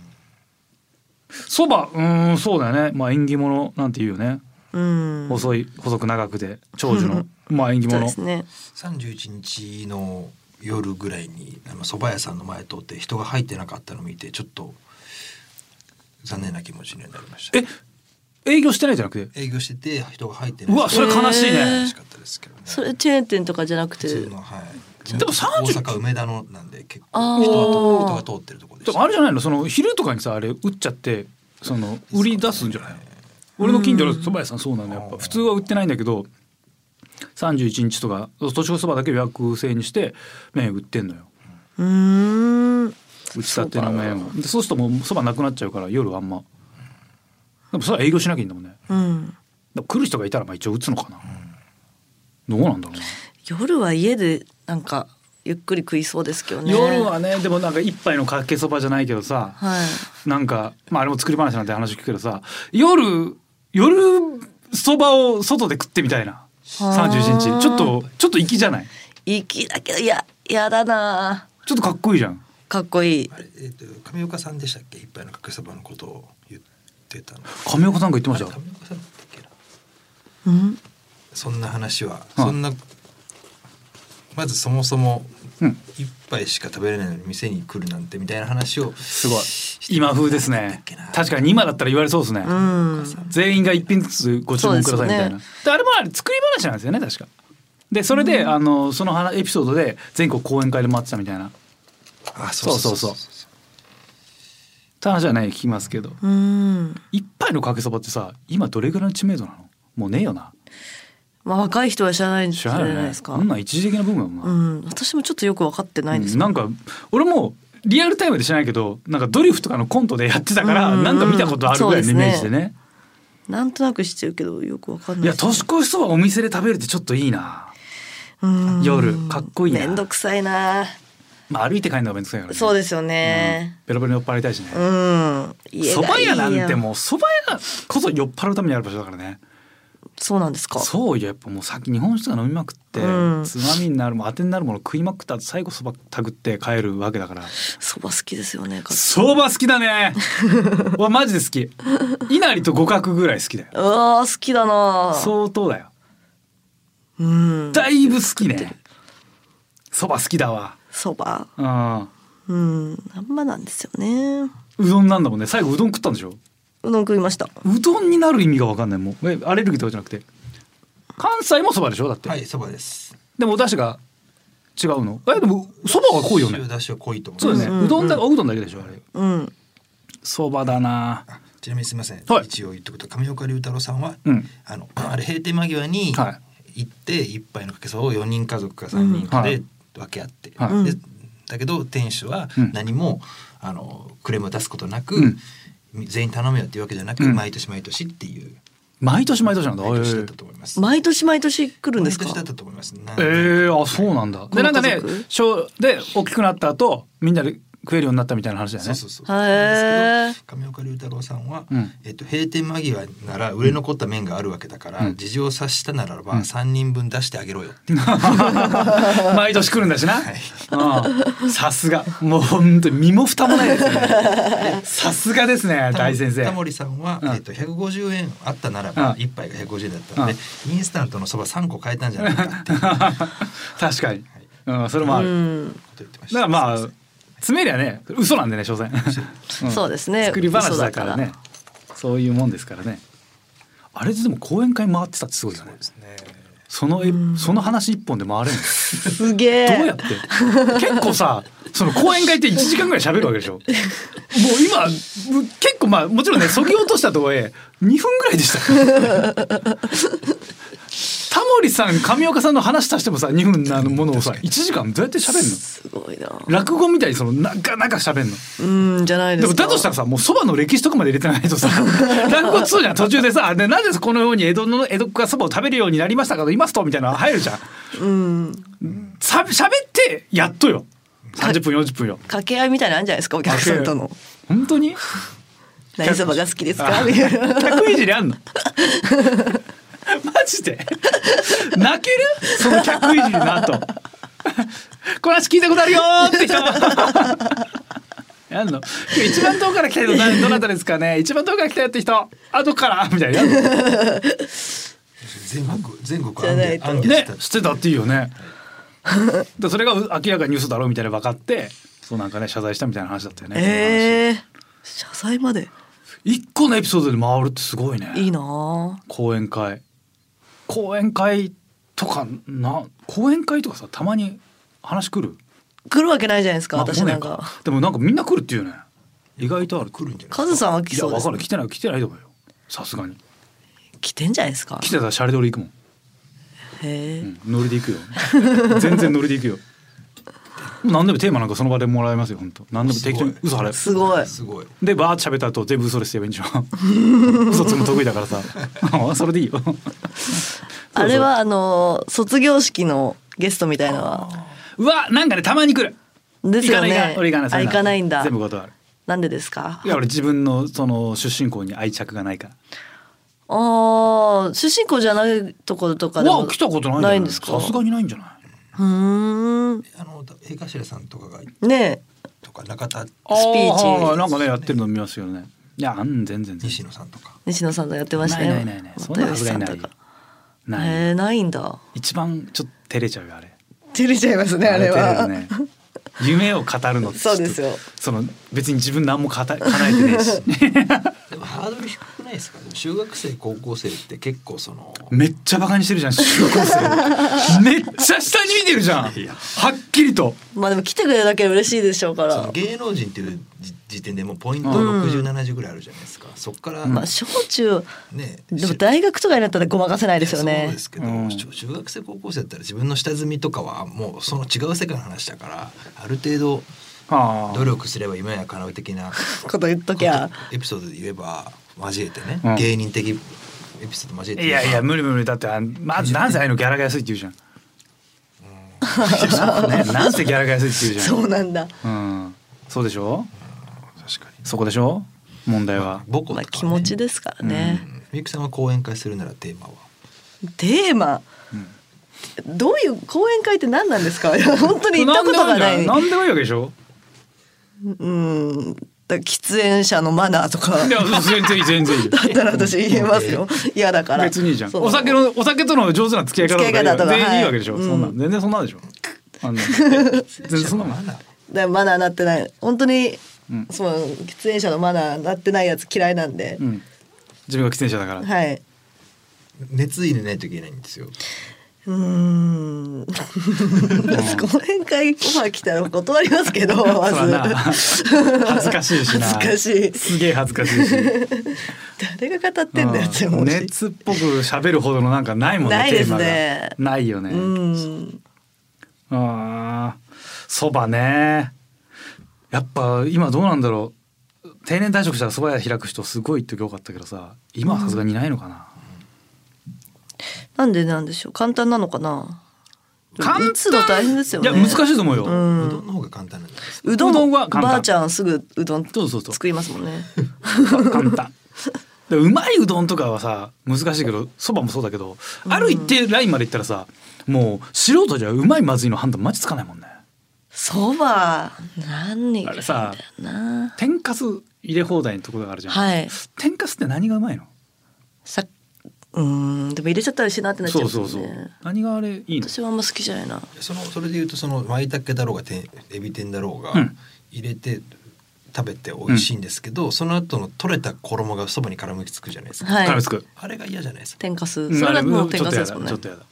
Speaker 2: そばうーんそうだよねまあ縁起物なんて言うよね
Speaker 3: うん
Speaker 2: 細い細く長くで長寿
Speaker 3: う
Speaker 2: のまあ縁起
Speaker 3: そうで
Speaker 2: 物
Speaker 3: すね
Speaker 4: 31日の夜ぐらいにあの蕎麦屋さんの前通って人が入ってなかったのを見てちょっと残念な気持ちにはなりました
Speaker 2: え営業してないじゃなくて
Speaker 4: 営業してて人が入ってないう
Speaker 2: わそれ悲しいね
Speaker 4: 悲しかったですけどね
Speaker 3: それチェーン店とかじゃなくて
Speaker 4: 普通のはい
Speaker 2: でも30
Speaker 4: 大阪梅田のなんで結
Speaker 3: あ
Speaker 4: 構
Speaker 3: ー
Speaker 4: 人が通人が通ってるところで
Speaker 2: で
Speaker 4: し
Speaker 2: も
Speaker 4: た
Speaker 2: あれじゃないのその昼とかにさあれ売っちゃってその売り出すんじゃないの俺の近所の蕎麦屋さんそうなのやっぱ普通は売ってないんだけど31日とか年越しそばだけ予約制にして麺売ってんのよ
Speaker 3: うーん
Speaker 2: 打ちたての麺をでそうするともうそばなくなっちゃうから夜はあんまでもそれは営業しなきゃいいんだもんね
Speaker 3: うん
Speaker 2: だから来る人がいたらまあ一応打つのかな、どうなんだろうな
Speaker 3: 夜は家でなんかゆっくり食いそうですけどね
Speaker 2: 夜はねでもなんか一杯のかけそばじゃないけどさ
Speaker 3: はい
Speaker 2: なんか、まあ、あれも作り話なんて話聞くけどさ夜夜そばを外で食ってみたいな31日ちょっとちょっと粋じゃない
Speaker 3: 粋だけどいややだな
Speaker 2: ちょっとかっこいいじゃん
Speaker 3: かっこいい
Speaker 4: あれえっと上岡さんでしたっけ一杯のかけそばのことを言ってたの
Speaker 2: 亀岡さんが言ってました
Speaker 4: あれ上岡さんだったっけな
Speaker 3: うん
Speaker 4: そんな話は、
Speaker 2: うん
Speaker 4: そんなまずそもそも
Speaker 2: うん
Speaker 4: 一杯しか食べれないのに店に来るなんてみたいな話を
Speaker 2: すごい今風ですね確かに今だったら言われそうですね、
Speaker 3: うん
Speaker 2: 全員が一品ずつご注文くださいみたい
Speaker 3: そう
Speaker 2: な、
Speaker 3: です
Speaker 2: であれもあれ作り話なんですよね確かでそれで、あのその話エピソードで全国講演会で回ってたみたいな
Speaker 4: あそうそうそうそう
Speaker 2: そうって話はね聞きますけど、
Speaker 3: うん
Speaker 2: 一杯のかけそばってさ今どれぐらいの知名度なのもうねえよな
Speaker 3: まあ若い人は知らないん
Speaker 2: 知
Speaker 3: じ
Speaker 2: ら
Speaker 3: ゃな
Speaker 2: ない
Speaker 3: い
Speaker 2: よね
Speaker 3: ですか
Speaker 2: そんなん一時的な部分もんな、
Speaker 3: うん私もちょっとよく分かってないです
Speaker 2: うんなんか俺もリアルタイムで知らないけどなんかドリフとかのコントでやってたから、
Speaker 3: うんうんうん
Speaker 2: なんか見たことあるぐらいのイメージでね
Speaker 3: なんとなく知ってるけどよくわかんない
Speaker 2: いや年越しそばお店で食べるってちょっといいな、
Speaker 3: うん
Speaker 2: 夜かっこいいな
Speaker 3: めんどくさいな
Speaker 2: まあ、歩いて帰るのがめんどくさいから、ね、
Speaker 3: そう
Speaker 2: で
Speaker 3: ですよね
Speaker 2: ベロベロに酔っ払いたいしね
Speaker 3: うん家
Speaker 2: そ
Speaker 3: が
Speaker 2: ば
Speaker 3: いい
Speaker 2: 屋なんて
Speaker 3: や
Speaker 2: もうそば屋こそ酔っ払うためにある場所だからね
Speaker 3: そうなんですか
Speaker 2: そうよやっぱもう先日本酒とか飲みまくって、
Speaker 3: うん
Speaker 2: つまみになるも当てになるもの食いまくった後最後そばたぐって帰るわけだから
Speaker 3: そば好きですよねかっ
Speaker 2: 相場好きだね 俺マジで好き稲荷と互角ぐらい好きだよ
Speaker 3: うわー好きだな
Speaker 2: 相当だよ
Speaker 3: うん
Speaker 2: だいぶ好きねそば好きだわ
Speaker 3: そば
Speaker 2: うん
Speaker 3: うんあんまなんですよね
Speaker 2: うどんなんだもんね最後うどん食ったんでしょ
Speaker 3: うどん食いました
Speaker 2: うどんになる意味が分かんないもうえアレルギーとかじゃなくて関西もそばでしょだって、
Speaker 4: はいそばです
Speaker 2: でもお出汁が違うのえでもそばが濃いよね
Speaker 4: 塩出しは濃いと思い
Speaker 2: そう
Speaker 4: ま
Speaker 2: ですすね、うどんだうどんだけでしょあれ
Speaker 3: うん
Speaker 2: そばだな
Speaker 4: ちなみにすみません、
Speaker 2: はい
Speaker 4: 一応言ってこと上岡龍太郎さんは、
Speaker 2: うん
Speaker 4: あのあれ閉店間際に
Speaker 2: は
Speaker 4: 行って一杯のかけそばを4人家族か3人か
Speaker 2: う
Speaker 4: で
Speaker 2: ん
Speaker 4: 分け合って、
Speaker 2: はい
Speaker 4: でだけど店主は
Speaker 2: うん
Speaker 4: 何も、あのクレームを出すことなく、
Speaker 2: うん
Speaker 4: 全員頼むよっていうわけじゃなく、
Speaker 2: うん
Speaker 4: 毎年毎年っていう
Speaker 2: 毎年毎年なんだ。
Speaker 4: 毎年だったと思います。
Speaker 3: 毎年毎年来るんですか
Speaker 4: 毎年だったと思います。なん
Speaker 2: え
Speaker 4: で
Speaker 2: ー、あそうなんだ。でなんかね
Speaker 3: この家族
Speaker 2: 小で大きくなった後みんなで食えるようになったみたいな話だ よね。
Speaker 4: そうそうそう。
Speaker 3: へー
Speaker 4: なんですけど上岡龍太郎さんは、
Speaker 2: うん
Speaker 4: えっと閉店間際なら売れ残った麺があるわけだから、
Speaker 2: うん
Speaker 4: 事情を察したなら
Speaker 2: う
Speaker 4: ば
Speaker 2: ん
Speaker 4: 三人分出してあげろよって。
Speaker 2: 毎年来るんだしな。
Speaker 4: い
Speaker 2: うんさすがもう本当に身も蓋もないですね。さすがです ね大先生。
Speaker 4: タモリさんは、
Speaker 2: うん
Speaker 4: えっと150円あったならば
Speaker 2: うん
Speaker 4: 一杯が150円だったので、
Speaker 2: うん
Speaker 4: インスタントのそば3個買えたんじゃないか っていうこ
Speaker 2: 確かに、うん、それもある。
Speaker 3: うん、
Speaker 4: と言ってまし
Speaker 2: だか
Speaker 4: た。
Speaker 2: らまあ
Speaker 4: すい
Speaker 2: 詰めりゃね嘘なんでね所詮、ん
Speaker 3: そうですね
Speaker 2: 作り話だからね
Speaker 3: 嘘だ
Speaker 2: そういうもんですからねあれででも講演会回ってたってすごいよね
Speaker 4: ませんね
Speaker 2: そのえその話一本で回れる
Speaker 3: すげえ
Speaker 2: のどうやって結構さその講演会って1時間ぐらい喋るわけでしょもう今む結構まあもちろんねそぎ落としたとはいえ2分ぐらいでしたタモリさん上岡さんの話足してもさ2分なものをさ1時間どうやって喋るの
Speaker 3: すごいな
Speaker 2: 落語みたいにそのなかなか喋んの
Speaker 3: うんじゃないで
Speaker 2: ですも
Speaker 3: か
Speaker 2: だとしたらさもうそばの歴史とかまで入れてない とさ落語通じゃん途中でさでなぜこのように江戸の江戸っ子がそばを食べるようになりましたかと言いますとみたいなの入るじゃん
Speaker 3: うん
Speaker 2: さ喋ってやっとよ30分40分よ
Speaker 3: 掛け合いみたいなのあるんじゃないですかお客さんとの
Speaker 2: 本当に
Speaker 3: 何そばが好きですか
Speaker 2: あ
Speaker 3: みたいな
Speaker 2: 客いじりあんの マジで泣けるその客いじりの後この話聞いたことあるよーって人やんの一番遠くから来た人誰どなたですかね一番遠くから来たよって人後からみたいなやんの
Speaker 4: 全国全国
Speaker 3: じゃないと
Speaker 4: アンケ
Speaker 2: ね
Speaker 4: ート、し
Speaker 2: 知ってたっていいよね。でそれがう明らかに嘘だろうみたいなの分かってそうなんかね謝罪したみたいな話だったよね。
Speaker 3: ええ謝罪まで
Speaker 2: 一個のエピソードで回るってすごいね。
Speaker 3: いいなあ
Speaker 2: 講演会講演会とかな講演会とかさたまに話来る
Speaker 3: 来るわけないじゃないですか
Speaker 2: まあ
Speaker 3: 私なん
Speaker 2: 来ねえ
Speaker 3: か
Speaker 2: でもなんかみんな来るっていうね意外とある
Speaker 4: 来るんじゃない
Speaker 3: カズさんは来
Speaker 2: いや
Speaker 3: そうで
Speaker 2: 分
Speaker 3: す
Speaker 2: かる来てない来てないと思うよさすがに
Speaker 3: 来てんじゃないですか
Speaker 2: 来てたらシャレで俺行くもん、
Speaker 3: へえ、
Speaker 2: うん、ノリで行くよ全然ノリで行くよ何でもテーマなんかその場でもらえますよ本当何でも適当に
Speaker 4: すごい
Speaker 2: 嘘払え
Speaker 3: すごい
Speaker 4: すごい。
Speaker 2: でバーッと喋った後全部嘘ですればいいんじゃん嘘つくの得意だからさ それでいいよ
Speaker 3: あれはあの卒業式のゲストみたいなのは
Speaker 2: うわなんかねたまに来る
Speaker 3: ですよ
Speaker 2: 行
Speaker 3: ね
Speaker 2: かない行かない俺行かないそうう
Speaker 3: あ
Speaker 2: の
Speaker 3: 行かないんだ
Speaker 2: 全部断る
Speaker 3: なんでですか
Speaker 2: いや俺自分のその出身校に愛着がないから
Speaker 3: ああ出身校じゃないところとかで
Speaker 2: う
Speaker 3: も
Speaker 2: わ来たことない
Speaker 3: ないんですか
Speaker 2: さすがにないんじゃないう
Speaker 3: ーん
Speaker 4: あの江頭さんとかが
Speaker 3: ねえ
Speaker 4: とか中田
Speaker 2: あ
Speaker 3: スピーチ
Speaker 2: ーはいなんかねやってるの見ますよねいやあん全然全
Speaker 4: 西
Speaker 2: 然
Speaker 4: 野さんとか。
Speaker 3: 西野さんとやってました
Speaker 2: ない
Speaker 3: よ
Speaker 2: ないないないそんなはずがいないよ
Speaker 3: ない
Speaker 2: ない
Speaker 3: へえないんだ
Speaker 2: 一番ちょっと照れちゃうよあれ
Speaker 3: 照れちゃいますねあれは、
Speaker 2: 照れるね夢を語るのってちょっと
Speaker 3: そうですよ
Speaker 2: その別に自分何もかた叶えてねえし
Speaker 4: でもハードル低くないですか。でも中学生高校生って結構その。
Speaker 2: めっちゃバカにしてるじゃん中高生 めっちゃ下に見てるじゃん
Speaker 4: いやいや
Speaker 2: はっきりと
Speaker 3: まあでも来てくれるだけ嬉しいでしょうか
Speaker 4: その
Speaker 3: ら
Speaker 4: 芸能人っていうじ時点でもうポイント
Speaker 3: うん
Speaker 4: 6070ぐらいあるじゃないですか、そっから
Speaker 3: ま
Speaker 4: ね
Speaker 3: あ小中でも
Speaker 4: い
Speaker 3: 大学とかになったらごまかせないですよ
Speaker 4: そう
Speaker 3: ね
Speaker 4: ですけど、
Speaker 2: うん
Speaker 4: 中中学生高校生だったら自分の下積みとかはもうその違う世界の話だからある程度
Speaker 2: あ
Speaker 4: 努力すれば夢は叶う的な
Speaker 3: こと言っときゃ
Speaker 4: エピソードで言えば交えてね、
Speaker 2: うん
Speaker 4: 芸人的エピソード交えて
Speaker 2: いやいや無理無理だってあんまずなんせああいうのギャラが安いって言うじゃん。ね、なんせギャラが安いって言うじゃん。
Speaker 3: そうなんだ
Speaker 2: うん、そうでしょ
Speaker 4: 確かに
Speaker 2: そこでしょ問題は。
Speaker 4: 母校とか、
Speaker 3: まあ
Speaker 4: ね、
Speaker 3: 気持ちですからね、
Speaker 4: うんみゆきさんは講演会するならテーマは
Speaker 3: テーマ、どういう講演会って何なんですかいや本当に行ったことがない
Speaker 2: なんでもいいわけでしょ
Speaker 3: うんだ喫煙者のマナーとか
Speaker 2: い
Speaker 3: だ
Speaker 2: や全然いい全然いいよ。
Speaker 3: ったら私言えますよ嫌だから
Speaker 2: 別にいいじゃん。
Speaker 3: そ
Speaker 2: お酒のお酒との上手な付き合い方とか
Speaker 3: 付き合い方とか
Speaker 2: 全然いいわけでしょ。
Speaker 3: はい
Speaker 2: そんな
Speaker 3: うん
Speaker 2: 全然そんなんでしょ。あん な全然そんなもん
Speaker 4: マナ
Speaker 3: だ
Speaker 4: ー
Speaker 3: からマナーなってない本当に、
Speaker 2: うん
Speaker 3: その喫煙者のマナーなってないやつ嫌いなんで
Speaker 2: う、ん。自分が喫煙者だから。
Speaker 3: はい
Speaker 4: 熱意でないといけないんですよ
Speaker 3: うー ん。講演会オファー来たら断りますけど、まず
Speaker 2: そうだな恥ずかしいしな
Speaker 3: 恥ずかしい。
Speaker 2: すげえ恥ずかしいし
Speaker 3: 誰が語ってんだよって
Speaker 2: うん
Speaker 3: 思うし。
Speaker 2: 熱っぽく喋るほどのなんかないもんね
Speaker 3: ないですね
Speaker 2: テーマがないよね
Speaker 3: うん。
Speaker 2: あーそばねやっぱ今どうなんだろう定年退職したらそば屋開く人すごいって多かったけどさ今はさすがにいないのかな、
Speaker 3: なんでなんでしょう。簡単なのかな。
Speaker 2: 簡単
Speaker 3: 打つの大変ですよね。
Speaker 2: いや難しいと思うよ、
Speaker 3: うん
Speaker 4: うどんの方が簡単なんじゃないですか。
Speaker 3: うどん
Speaker 2: うどんは簡単
Speaker 3: ばあちゃんすぐうどん
Speaker 2: そうそうそう
Speaker 3: 作りますもんね。
Speaker 2: 簡単でうまいうどんとかはさ難しいけどそばもそうだけどある一定ラインまでいったらさもう素人じゃうまいまずいの判断マジつかないもんね
Speaker 3: そば何がいいんだよな。
Speaker 2: 天かす入れ放題のところがあるじゃん、
Speaker 3: はい。
Speaker 2: 天かすって何がうまいの
Speaker 3: さうーんでも入れちゃったらしいなってなっちゃ
Speaker 2: そううん
Speaker 3: です
Speaker 2: そ
Speaker 3: よ
Speaker 2: う
Speaker 3: ね。
Speaker 2: そう何があれいいの
Speaker 3: 私はあんま好きじゃないな。
Speaker 4: そのそれで言うとその舞茸だろうがてエビ天だろうが
Speaker 2: うん
Speaker 4: 入れて食べて美味しいんですけど、その後の取れた衣がそばに絡みつくじゃないですか。
Speaker 3: はい
Speaker 2: 絡みつく
Speaker 4: あれが嫌じゃないですか。
Speaker 3: 天かす。
Speaker 2: ん
Speaker 3: そ
Speaker 2: あ
Speaker 3: れがもう
Speaker 2: ち
Speaker 3: 天
Speaker 2: ょっと
Speaker 3: かす
Speaker 2: や
Speaker 3: です
Speaker 2: だ
Speaker 3: もんね
Speaker 2: ちょっ。とやだ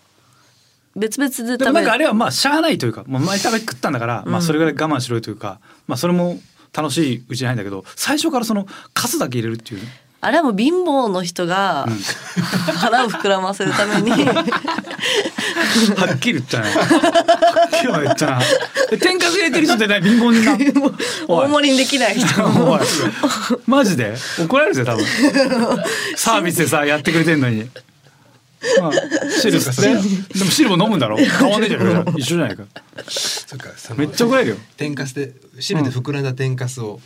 Speaker 3: 別々で
Speaker 2: でも
Speaker 3: 食
Speaker 2: な
Speaker 3: べ
Speaker 2: ん
Speaker 3: る
Speaker 2: かあ。れはまあしゃあないというか、まあ、前食べ食ったんだから、まあそれぐらい我慢しろよというか、まあそれも楽しいうちじゃないんだけど最初からそのカスだけ入れるっていう
Speaker 3: あれはもう貧乏の人が
Speaker 2: うん
Speaker 3: 腹を膨らませるために
Speaker 2: はっきり言ったなはっきりは言った なえ天かす入れてる人ってない貧乏人な おい
Speaker 3: 大盛りにできない人。
Speaker 2: おい マジで怒られるぜ多 分サービスでさやってくれてんのに、まあ、汁とかねでも汁も飲むんだろ変わんねえじゃ ん一緒じゃないか
Speaker 4: そっかその
Speaker 2: めっちゃ怒られるよ
Speaker 4: 天かすで汁で膨らんだ天かすを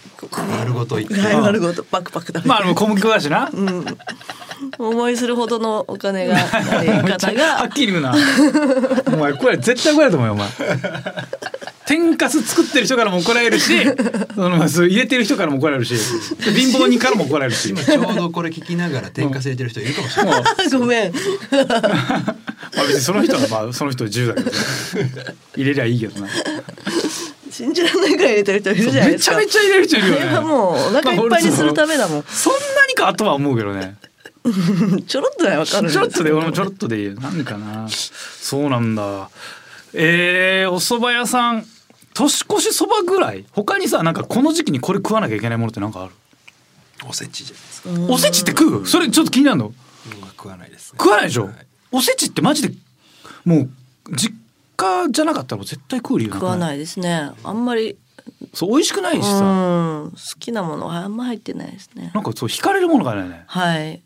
Speaker 4: 丸ごといって、
Speaker 3: はい、丸ごとパクパク食べて
Speaker 2: まああの小麦粉だしな、
Speaker 3: 思いするほどのお金があ
Speaker 2: めっ
Speaker 3: り
Speaker 2: ちゃ
Speaker 3: 方
Speaker 2: は
Speaker 3: が
Speaker 2: っきり言うなお前これ絶対怒られると思うよお前天かす作ってる人からも怒られるしそのそう入れてる人からも怒られるし貧乏人からも怒られ るしも
Speaker 4: 今ちょうどこれ聞きながら天かす入れてる人いるかもしれ
Speaker 2: う
Speaker 4: ない。
Speaker 2: ま
Speaker 3: ごめん。
Speaker 2: あ別にその人はまあその人自由だけど入れりゃいいけどな
Speaker 3: 信じられないぐらい入れてる人いるじゃない
Speaker 2: め
Speaker 3: で
Speaker 2: ち
Speaker 3: す
Speaker 2: ゃ
Speaker 3: か。
Speaker 2: めちゃ入れる人いるよ
Speaker 3: あ
Speaker 2: ね
Speaker 3: れはもうお腹いっぱいにするためだもん
Speaker 2: まあ俺そのそんなにかとは思うけどね
Speaker 3: ちょろっとはわかるんです
Speaker 2: ち
Speaker 3: け
Speaker 2: ょ
Speaker 3: ど
Speaker 2: ろっとで俺もちょろっとでいいなんかなそうなんだえー、お蕎麦屋さん年越しそばぐらい他にさなんかこの時期にこれ食わなきゃいけないものってなんかある、
Speaker 4: おせちじゃないですか。
Speaker 2: おせちって食うそれちょっと気になるの
Speaker 4: 僕は食わないですね。
Speaker 2: 食わないでしょ、
Speaker 4: は
Speaker 2: おせちってマジでもう実家じゃなかったら絶対食う理由
Speaker 3: 食わ
Speaker 2: い
Speaker 3: ないですね。あんまり。
Speaker 2: そう美味しくないし
Speaker 3: う
Speaker 2: さ
Speaker 3: ん好きなものはあんま入ってないですね
Speaker 2: な。んかそう惹かれるものがないね
Speaker 3: はい。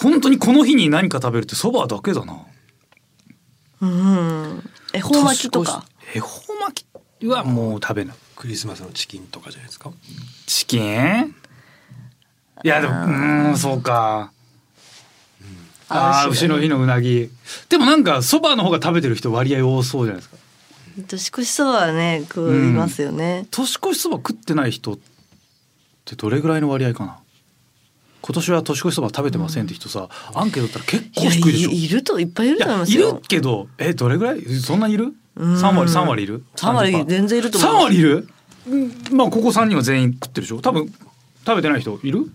Speaker 2: 本当にこの日に何か食べるってそばだけだな
Speaker 3: うん。恵方巻きとか。
Speaker 2: 年越し恵方巻きはもう食べない
Speaker 4: クリスマスのチキンとかじゃないですか。
Speaker 2: チキンいやでもうーんそうかああ牛の日のうなぎでもなんかそばの方が食べてる人割合多そうじゃないですか
Speaker 3: 年越しそばはね食いますよね。
Speaker 2: 年越しそば食ってない人ってどれぐらいの割合かな今年は年越しそば食べてませんって人さ、アンケートだったら結
Speaker 3: い
Speaker 2: 構
Speaker 3: や
Speaker 2: 低いでしょ
Speaker 3: いいるといっぱいいると思います
Speaker 2: いやい
Speaker 3: よ
Speaker 2: る。けどえどれぐらいそんなにいる
Speaker 3: うん
Speaker 2: 三割三割いる
Speaker 3: 三割
Speaker 2: 30%
Speaker 3: 全然いると思う
Speaker 2: 三割いるうんまあここ三人は全員食ってるでしょ多分食べてない人いる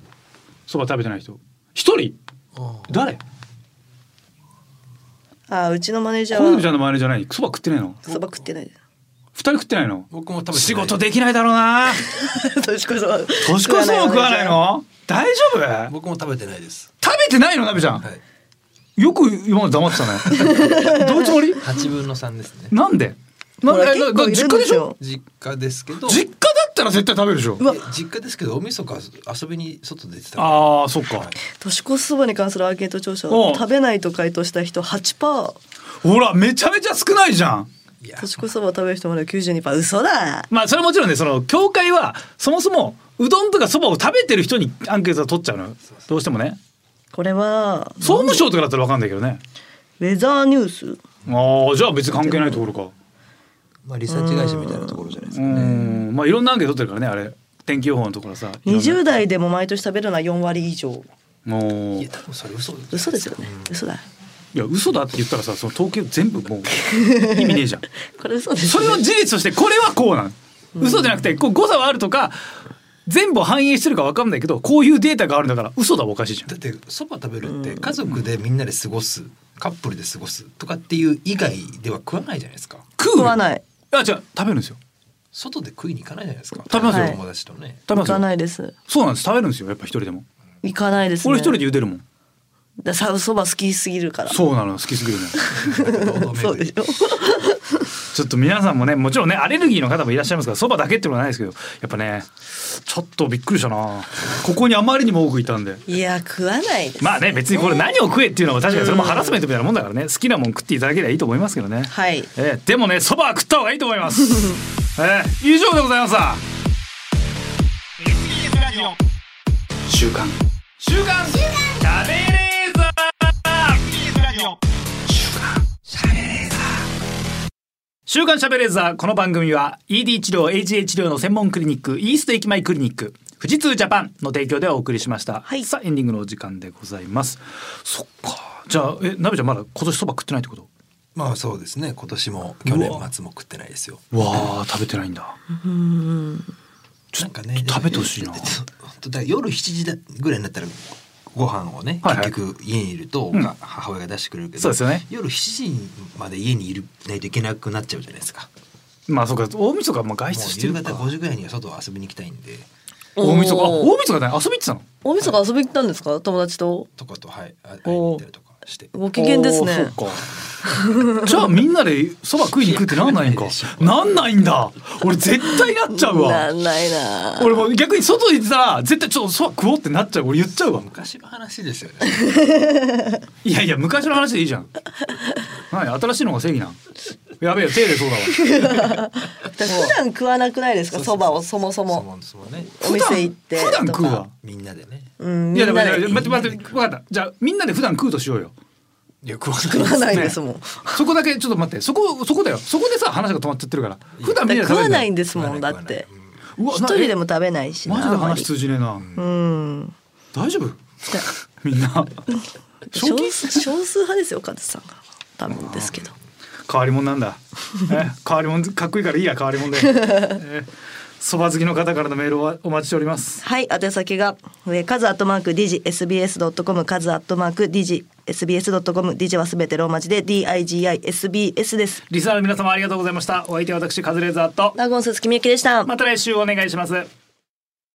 Speaker 2: そば食べてない人一人誰
Speaker 3: あうちのマネージャ
Speaker 2: コンビち
Speaker 3: ー
Speaker 2: ゃん
Speaker 3: は
Speaker 2: の周りじゃないそば食ってないの
Speaker 3: そば食ってない。
Speaker 2: 二人食ってないの
Speaker 4: 僕も食べてない
Speaker 2: 仕事できないだろうな
Speaker 3: 年越しそば。年
Speaker 2: 年越しそば食わない。の大丈夫
Speaker 4: 僕も食べてないです。
Speaker 2: 食べてないのなべちゃん
Speaker 4: はい。
Speaker 2: よく今まで黙ってた ねどういうつもり
Speaker 4: 八分の三ですね。
Speaker 2: なんでなん
Speaker 3: ほら
Speaker 2: で
Speaker 3: 結構
Speaker 2: 実家で
Speaker 3: いるんで
Speaker 2: し
Speaker 3: す
Speaker 2: ょ
Speaker 3: よ。
Speaker 4: 実家ですけど。
Speaker 2: 実家だったら絶対食べるでしょ
Speaker 3: わ
Speaker 4: いや実家ですけど、おみそか遊びに外出てた。あ。
Speaker 2: ああそっか
Speaker 3: 年越しそばに関するアンケート調査
Speaker 2: おう
Speaker 3: 食べないと回答した人8パー
Speaker 2: ほらめちゃめちゃ少ないじゃん
Speaker 4: いや
Speaker 3: 年越。しそばを食べる人まで92パー嘘だ
Speaker 2: まあそれはもちろんねその教会はそもそもうどんとかそばを食べてる人にアンケートは取っちゃうのよどうしてもね
Speaker 3: これは
Speaker 2: 総務省とかだったらわかんないけどね
Speaker 3: ウェザーニュース
Speaker 2: ああじゃあ別に関係ないところか
Speaker 4: まあ、リサーチ会社みたいなところじゃないです
Speaker 2: う
Speaker 4: かね。
Speaker 2: んまあいろんなアンケート取ってるからねあれ天気予報のところさ
Speaker 3: 20
Speaker 2: 代
Speaker 3: 代でも毎年食べるのは4割以上
Speaker 2: もう
Speaker 4: い
Speaker 2: い
Speaker 4: や、多分それ嘘です。
Speaker 3: 嘘ですよね嘘だ
Speaker 2: や嘘だって言ったらさその統計全部もう意味ね えじゃん
Speaker 3: これ嘘です、ね、
Speaker 2: それを事実としてこれはこうなん嘘じゃなくてこう誤差はあるとか全部を反映してるかわかんないけどこういうデータがあるんだから嘘だはおかしいじゃん
Speaker 4: だってそば食べるって家族でみんなで過ごすカップルで過ごすとかっていう以外では食わないじゃないですか
Speaker 1: 食
Speaker 3: 食わないい
Speaker 1: あじゃあ食べるんですよ
Speaker 4: 外で食いに行かないじゃないですか
Speaker 1: 食べます
Speaker 3: よはい
Speaker 4: 友達とね
Speaker 1: 食べ
Speaker 3: 行
Speaker 1: ますよ
Speaker 3: かないです
Speaker 1: そうなんです食べるんですよやっぱ一人でも
Speaker 3: 行かないですね
Speaker 1: 俺一人で茹でるもん
Speaker 3: ださそば好きすぎるから
Speaker 1: そうなの好きすぎる ね
Speaker 3: そうでしょ
Speaker 2: ちょっと皆さんもねもちろんねアレルギーの方もいらっしゃいますからそばだけっていうのはないですけどやっぱねちょっとびっくりしたなここにあまりにも多くいたんで
Speaker 3: いや食わないです
Speaker 2: まあね別にこれ何を食えっていうのは確かにそれもハラスメントみたいなもんだからね好きなもん食っていただければいいと思いますけどね、
Speaker 3: はい
Speaker 2: えーでもねそばは食った方がいいと思い ます、えー以上でございました
Speaker 1: 週刊
Speaker 2: 週刊食べレーザ週刊しゃべレーザーこの番組は ED 治療 AGA 治療の専門クリニックイースト駅前クリニック富士通ジャパンの提供でお送りしました、
Speaker 3: はい
Speaker 2: さあエンディングのお時間でございますそっかじゃあえなべちゃんまだ今年そば食ってないってこと
Speaker 4: まあそうですね今年も去年末も食ってないですよ
Speaker 2: わあ食べてないんだ
Speaker 4: なんかね
Speaker 2: 食べてほ しいな
Speaker 4: えっと本当だから夜7時だぐらいになったらご飯をね、
Speaker 2: はいはい
Speaker 4: 結局家にいると、
Speaker 2: ん
Speaker 4: が母親が出してくれるけど
Speaker 2: そうですよね
Speaker 4: 夜7時まで家にいるないといけなくなっちゃうじゃないですか
Speaker 2: まあそうか大晦日もう外出
Speaker 4: も
Speaker 2: し
Speaker 4: う
Speaker 2: て
Speaker 4: 夕
Speaker 2: るか
Speaker 4: 方5時ぐらいには外を遊びに行きたいんで
Speaker 2: 大晦日あ
Speaker 3: おー
Speaker 2: 大晦日だね遊び行ってたの
Speaker 3: 大晦日遊びに行ったんですか友達と
Speaker 4: とかとはいあ会いに
Speaker 3: お
Speaker 4: 行ったりとかして
Speaker 3: ご機嫌ですね
Speaker 2: おーそっかじゃあみんなでそば食いに行くってなんないん か
Speaker 4: いや
Speaker 2: なんないんだ俺絶対なっちゃう
Speaker 3: な
Speaker 2: わ
Speaker 3: んないな
Speaker 2: 俺もう逆に外行ってたら絶対ちょっとそば食おうってなっちゃう俺言っちゃうわ
Speaker 4: 昔の話ですよね
Speaker 2: いやいや昔の話でいいじゃんはい新しいのが正義なんやべえよ手で そうだわ
Speaker 3: 普段食わなくないですかそばをそもそ
Speaker 4: そ
Speaker 3: も
Speaker 4: もそもね
Speaker 3: お店行って
Speaker 2: 普段食う
Speaker 3: と
Speaker 2: わ
Speaker 3: か
Speaker 4: みんなでね
Speaker 3: うん
Speaker 2: い
Speaker 3: み
Speaker 2: やで
Speaker 3: ん
Speaker 2: も
Speaker 3: ない
Speaker 2: や
Speaker 3: で
Speaker 2: 待って待って分かったじゃあみんなで普段食うとしようよ
Speaker 4: いや食わ
Speaker 3: 食わないですもん、
Speaker 2: そこだけちょっと待ってそこそこだよそこでさ話が止まっちゃってるから普段みんなで
Speaker 3: 食
Speaker 2: 食べ
Speaker 3: わ
Speaker 2: る
Speaker 3: ないん
Speaker 2: で
Speaker 3: ですもんだって
Speaker 2: うわ
Speaker 3: 一
Speaker 2: な
Speaker 3: 人でも食べない
Speaker 2: え
Speaker 3: しな
Speaker 2: マジで
Speaker 3: あんまり
Speaker 2: 話通じねえな
Speaker 3: うん
Speaker 2: 大丈夫みんな
Speaker 3: 少数少数派ですよカズさんが多分ですけど
Speaker 2: 変わり者なんだ。え変わり者かっこいいからいいや変わり者で。えそば好きの方からのメールをお待ちしております。
Speaker 3: はい宛先がえーカズアットマーク digsbs.com カズアットマーク digsbs.com dig はすべてローマ字で digisbs です
Speaker 2: リスナーの皆様ありがとうございました。お相手は私カズレーザーと
Speaker 3: ナゴンス月みゆきでした
Speaker 2: また来週お願いします。